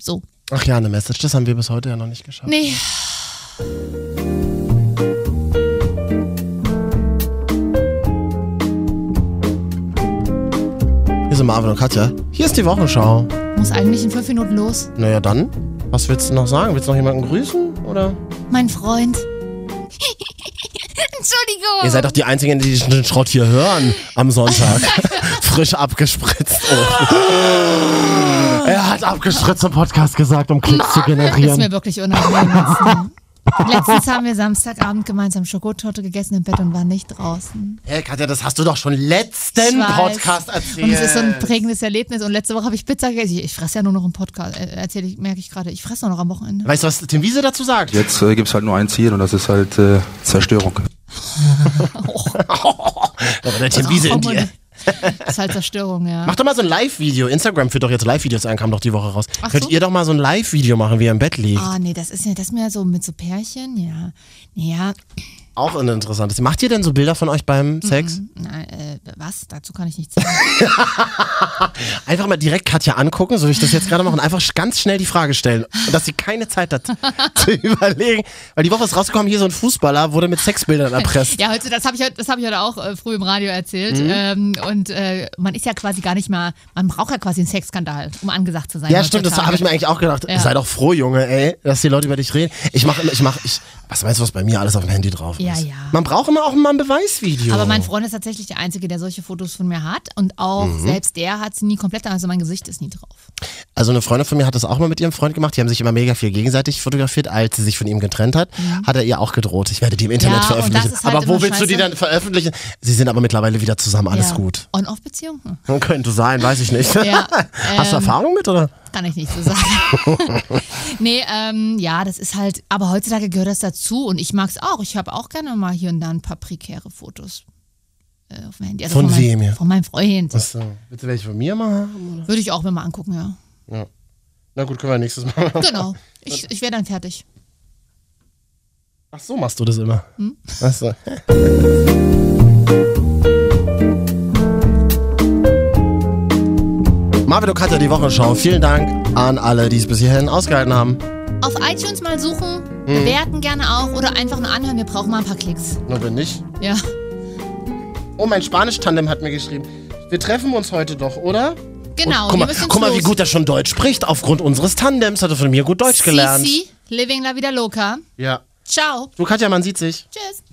Speaker 2: So.
Speaker 1: Ach ja, eine Message, das haben wir bis heute ja noch nicht geschafft.
Speaker 2: Nee.
Speaker 1: Hier sind Marvin und Katja. Hier ist die Wochenschau.
Speaker 2: Muss eigentlich in fünf Minuten los.
Speaker 1: Naja, dann, was willst du noch sagen? Willst du noch jemanden grüßen? Oder?
Speaker 2: Mein Freund.
Speaker 1: Ihr
Speaker 2: Entschuldigung.
Speaker 1: seid doch die Einzigen, die den Schrott hier hören am Sonntag. Frisch abgespritzt. Oh. er hat abgespritzt im Podcast gesagt, um Klicks zu
Speaker 2: Ist mir
Speaker 1: generieren.
Speaker 2: wirklich unangenehm. jetzt, ne? Letztens haben wir Samstagabend gemeinsam Schokotorte gegessen im Bett und waren nicht draußen.
Speaker 1: Hey Katja, das hast du doch schon letzten
Speaker 2: Ich weiß.
Speaker 1: Podcast erzählt.
Speaker 2: Und es ist so ein prägendes Erlebnis. Und letzte Woche habe ich Pizza gegessen. Ich, ich fresse ja nur noch im Podcast. Äh, Erzähle ich, merke ich gerade. Ich fresse nur noch am Wochenende.
Speaker 1: weißt du, was Tim Wiese dazu sagt?
Speaker 7: Jetzt äh, gibt es halt nur ein Ziel und das ist halt äh, Zerstörung.
Speaker 1: Aber der Tim Wiese in
Speaker 2: Hormone.
Speaker 1: dir.
Speaker 2: Das ist halt Zerstörung, ja.
Speaker 1: Mach doch mal so ein Live-Video. Instagram führt doch jetzt Live-Videos ein, kam doch die Woche raus.
Speaker 2: Ach
Speaker 1: Könnt
Speaker 2: so.
Speaker 1: ihr doch mal so ein Live-Video machen, wie ihr im Bett liegt.
Speaker 2: Ah, nee, das ist ja, das ist mir ja so mit so Pärchen, ja. Ja,
Speaker 1: Auch ein interessantes. Macht ihr denn so Bilder von euch
Speaker 2: Mhm.
Speaker 1: beim Sex?
Speaker 2: Na, äh, was? Dazu kann ich nichts sagen.
Speaker 1: Einfach mal direkt Katja angucken, so wie ich das jetzt gerade mache, und einfach sch- ganz schnell die Frage stellen. Und dass sie keine Zeit hat zu überlegen. Weil die Woche ist rausgekommen, hier so ein Fußballer wurde mit Sexbildern erpresst.
Speaker 2: Ja, heute, das habe ich, heut- das hab ich heute auch äh, früh im Radio erzählt.
Speaker 1: Mhm.
Speaker 2: Ähm, und äh, man ist ja quasi gar nicht mehr, man braucht ja quasi einen Sexskandal, um angesagt zu sein.
Speaker 1: Ja, stimmt, das habe ich mir eigentlich auch gedacht.
Speaker 2: Ja.
Speaker 1: Sei doch froh, Junge, ey, dass die Leute über dich reden. Ich mache immer, ich mache, ich, was weißt du, was bei mir alles auf dem Handy drauf ist?
Speaker 2: Ja, ja.
Speaker 1: Man braucht immer auch mal ein Beweisvideo.
Speaker 2: Aber mein Freund ist tatsächlich der Einzige, der solche Fotos von mir hat. Und auch
Speaker 1: Mhm.
Speaker 2: selbst der hat sie nie komplett, also mein Gesicht ist nie drauf.
Speaker 1: Also eine Freundin von mir hat das auch mal mit ihrem Freund gemacht. Die haben sich immer mega viel gegenseitig fotografiert. Als sie sich von ihm getrennt hat, hat er ihr auch gedroht. Ich werde die im Internet
Speaker 2: Mhm. Ja, und
Speaker 1: veröffentlichen.
Speaker 2: das ist halt
Speaker 1: aber wo
Speaker 2: immer
Speaker 1: willst du die
Speaker 2: scheiße.
Speaker 1: dann veröffentlichen? Sie sind aber mittlerweile wieder zusammen. Alles
Speaker 2: ja.
Speaker 1: gut.
Speaker 2: On-Off-Beziehung? Hm.
Speaker 1: Könnte sein, weiß ich nicht.
Speaker 2: Ja,
Speaker 1: Hast du
Speaker 2: ähm,
Speaker 1: Erfahrung mit oder?
Speaker 2: Kann ich nicht so sagen. nee, ähm, ja, das ist halt, aber heutzutage gehört das dazu und ich mag's auch. Ich habe auch gerne mal hier und da ein paar prekäre Fotos äh, auf dem Handy. Also
Speaker 1: Von
Speaker 2: meinem-
Speaker 1: wem, ja?
Speaker 2: Von meinem Freund.
Speaker 1: So, bitte welche von mir mal haben? Oder?
Speaker 2: Würde ich auch mir mal angucken, ja.
Speaker 1: Na gut, können wir nächstes Mal. machen.
Speaker 2: Genau. Ich, ich wäre dann fertig.
Speaker 1: Ach so, machst du das immer.
Speaker 2: Hm?
Speaker 1: Ach so. Marvin, du kannst ja die Wochenschau. Vielen Dank an alle, die es bis hierhin ausgehalten haben.
Speaker 2: Auf iTunes mal suchen,
Speaker 1: Hm.
Speaker 2: bewerten gerne auch oder einfach nur anhören. Wir brauchen mal ein paar Klicks.
Speaker 1: Nur wenn nicht.
Speaker 2: Ja.
Speaker 1: Oh, mein Spanisch-Tandem hat mir geschrieben. Wir treffen uns heute doch, oder?
Speaker 2: Genau.
Speaker 1: guck
Speaker 2: wir
Speaker 1: mal,
Speaker 2: müssen jetzt
Speaker 1: guck mal wie
Speaker 2: los.
Speaker 1: gut er schon Deutsch spricht. Aufgrund unseres Tandems hat er von mir gut Deutsch gelernt.
Speaker 2: Sisi, Living La Vida Loca.
Speaker 1: Ja.
Speaker 2: Ciao.
Speaker 1: Du, Katja, man sieht sich.
Speaker 2: Tschüss.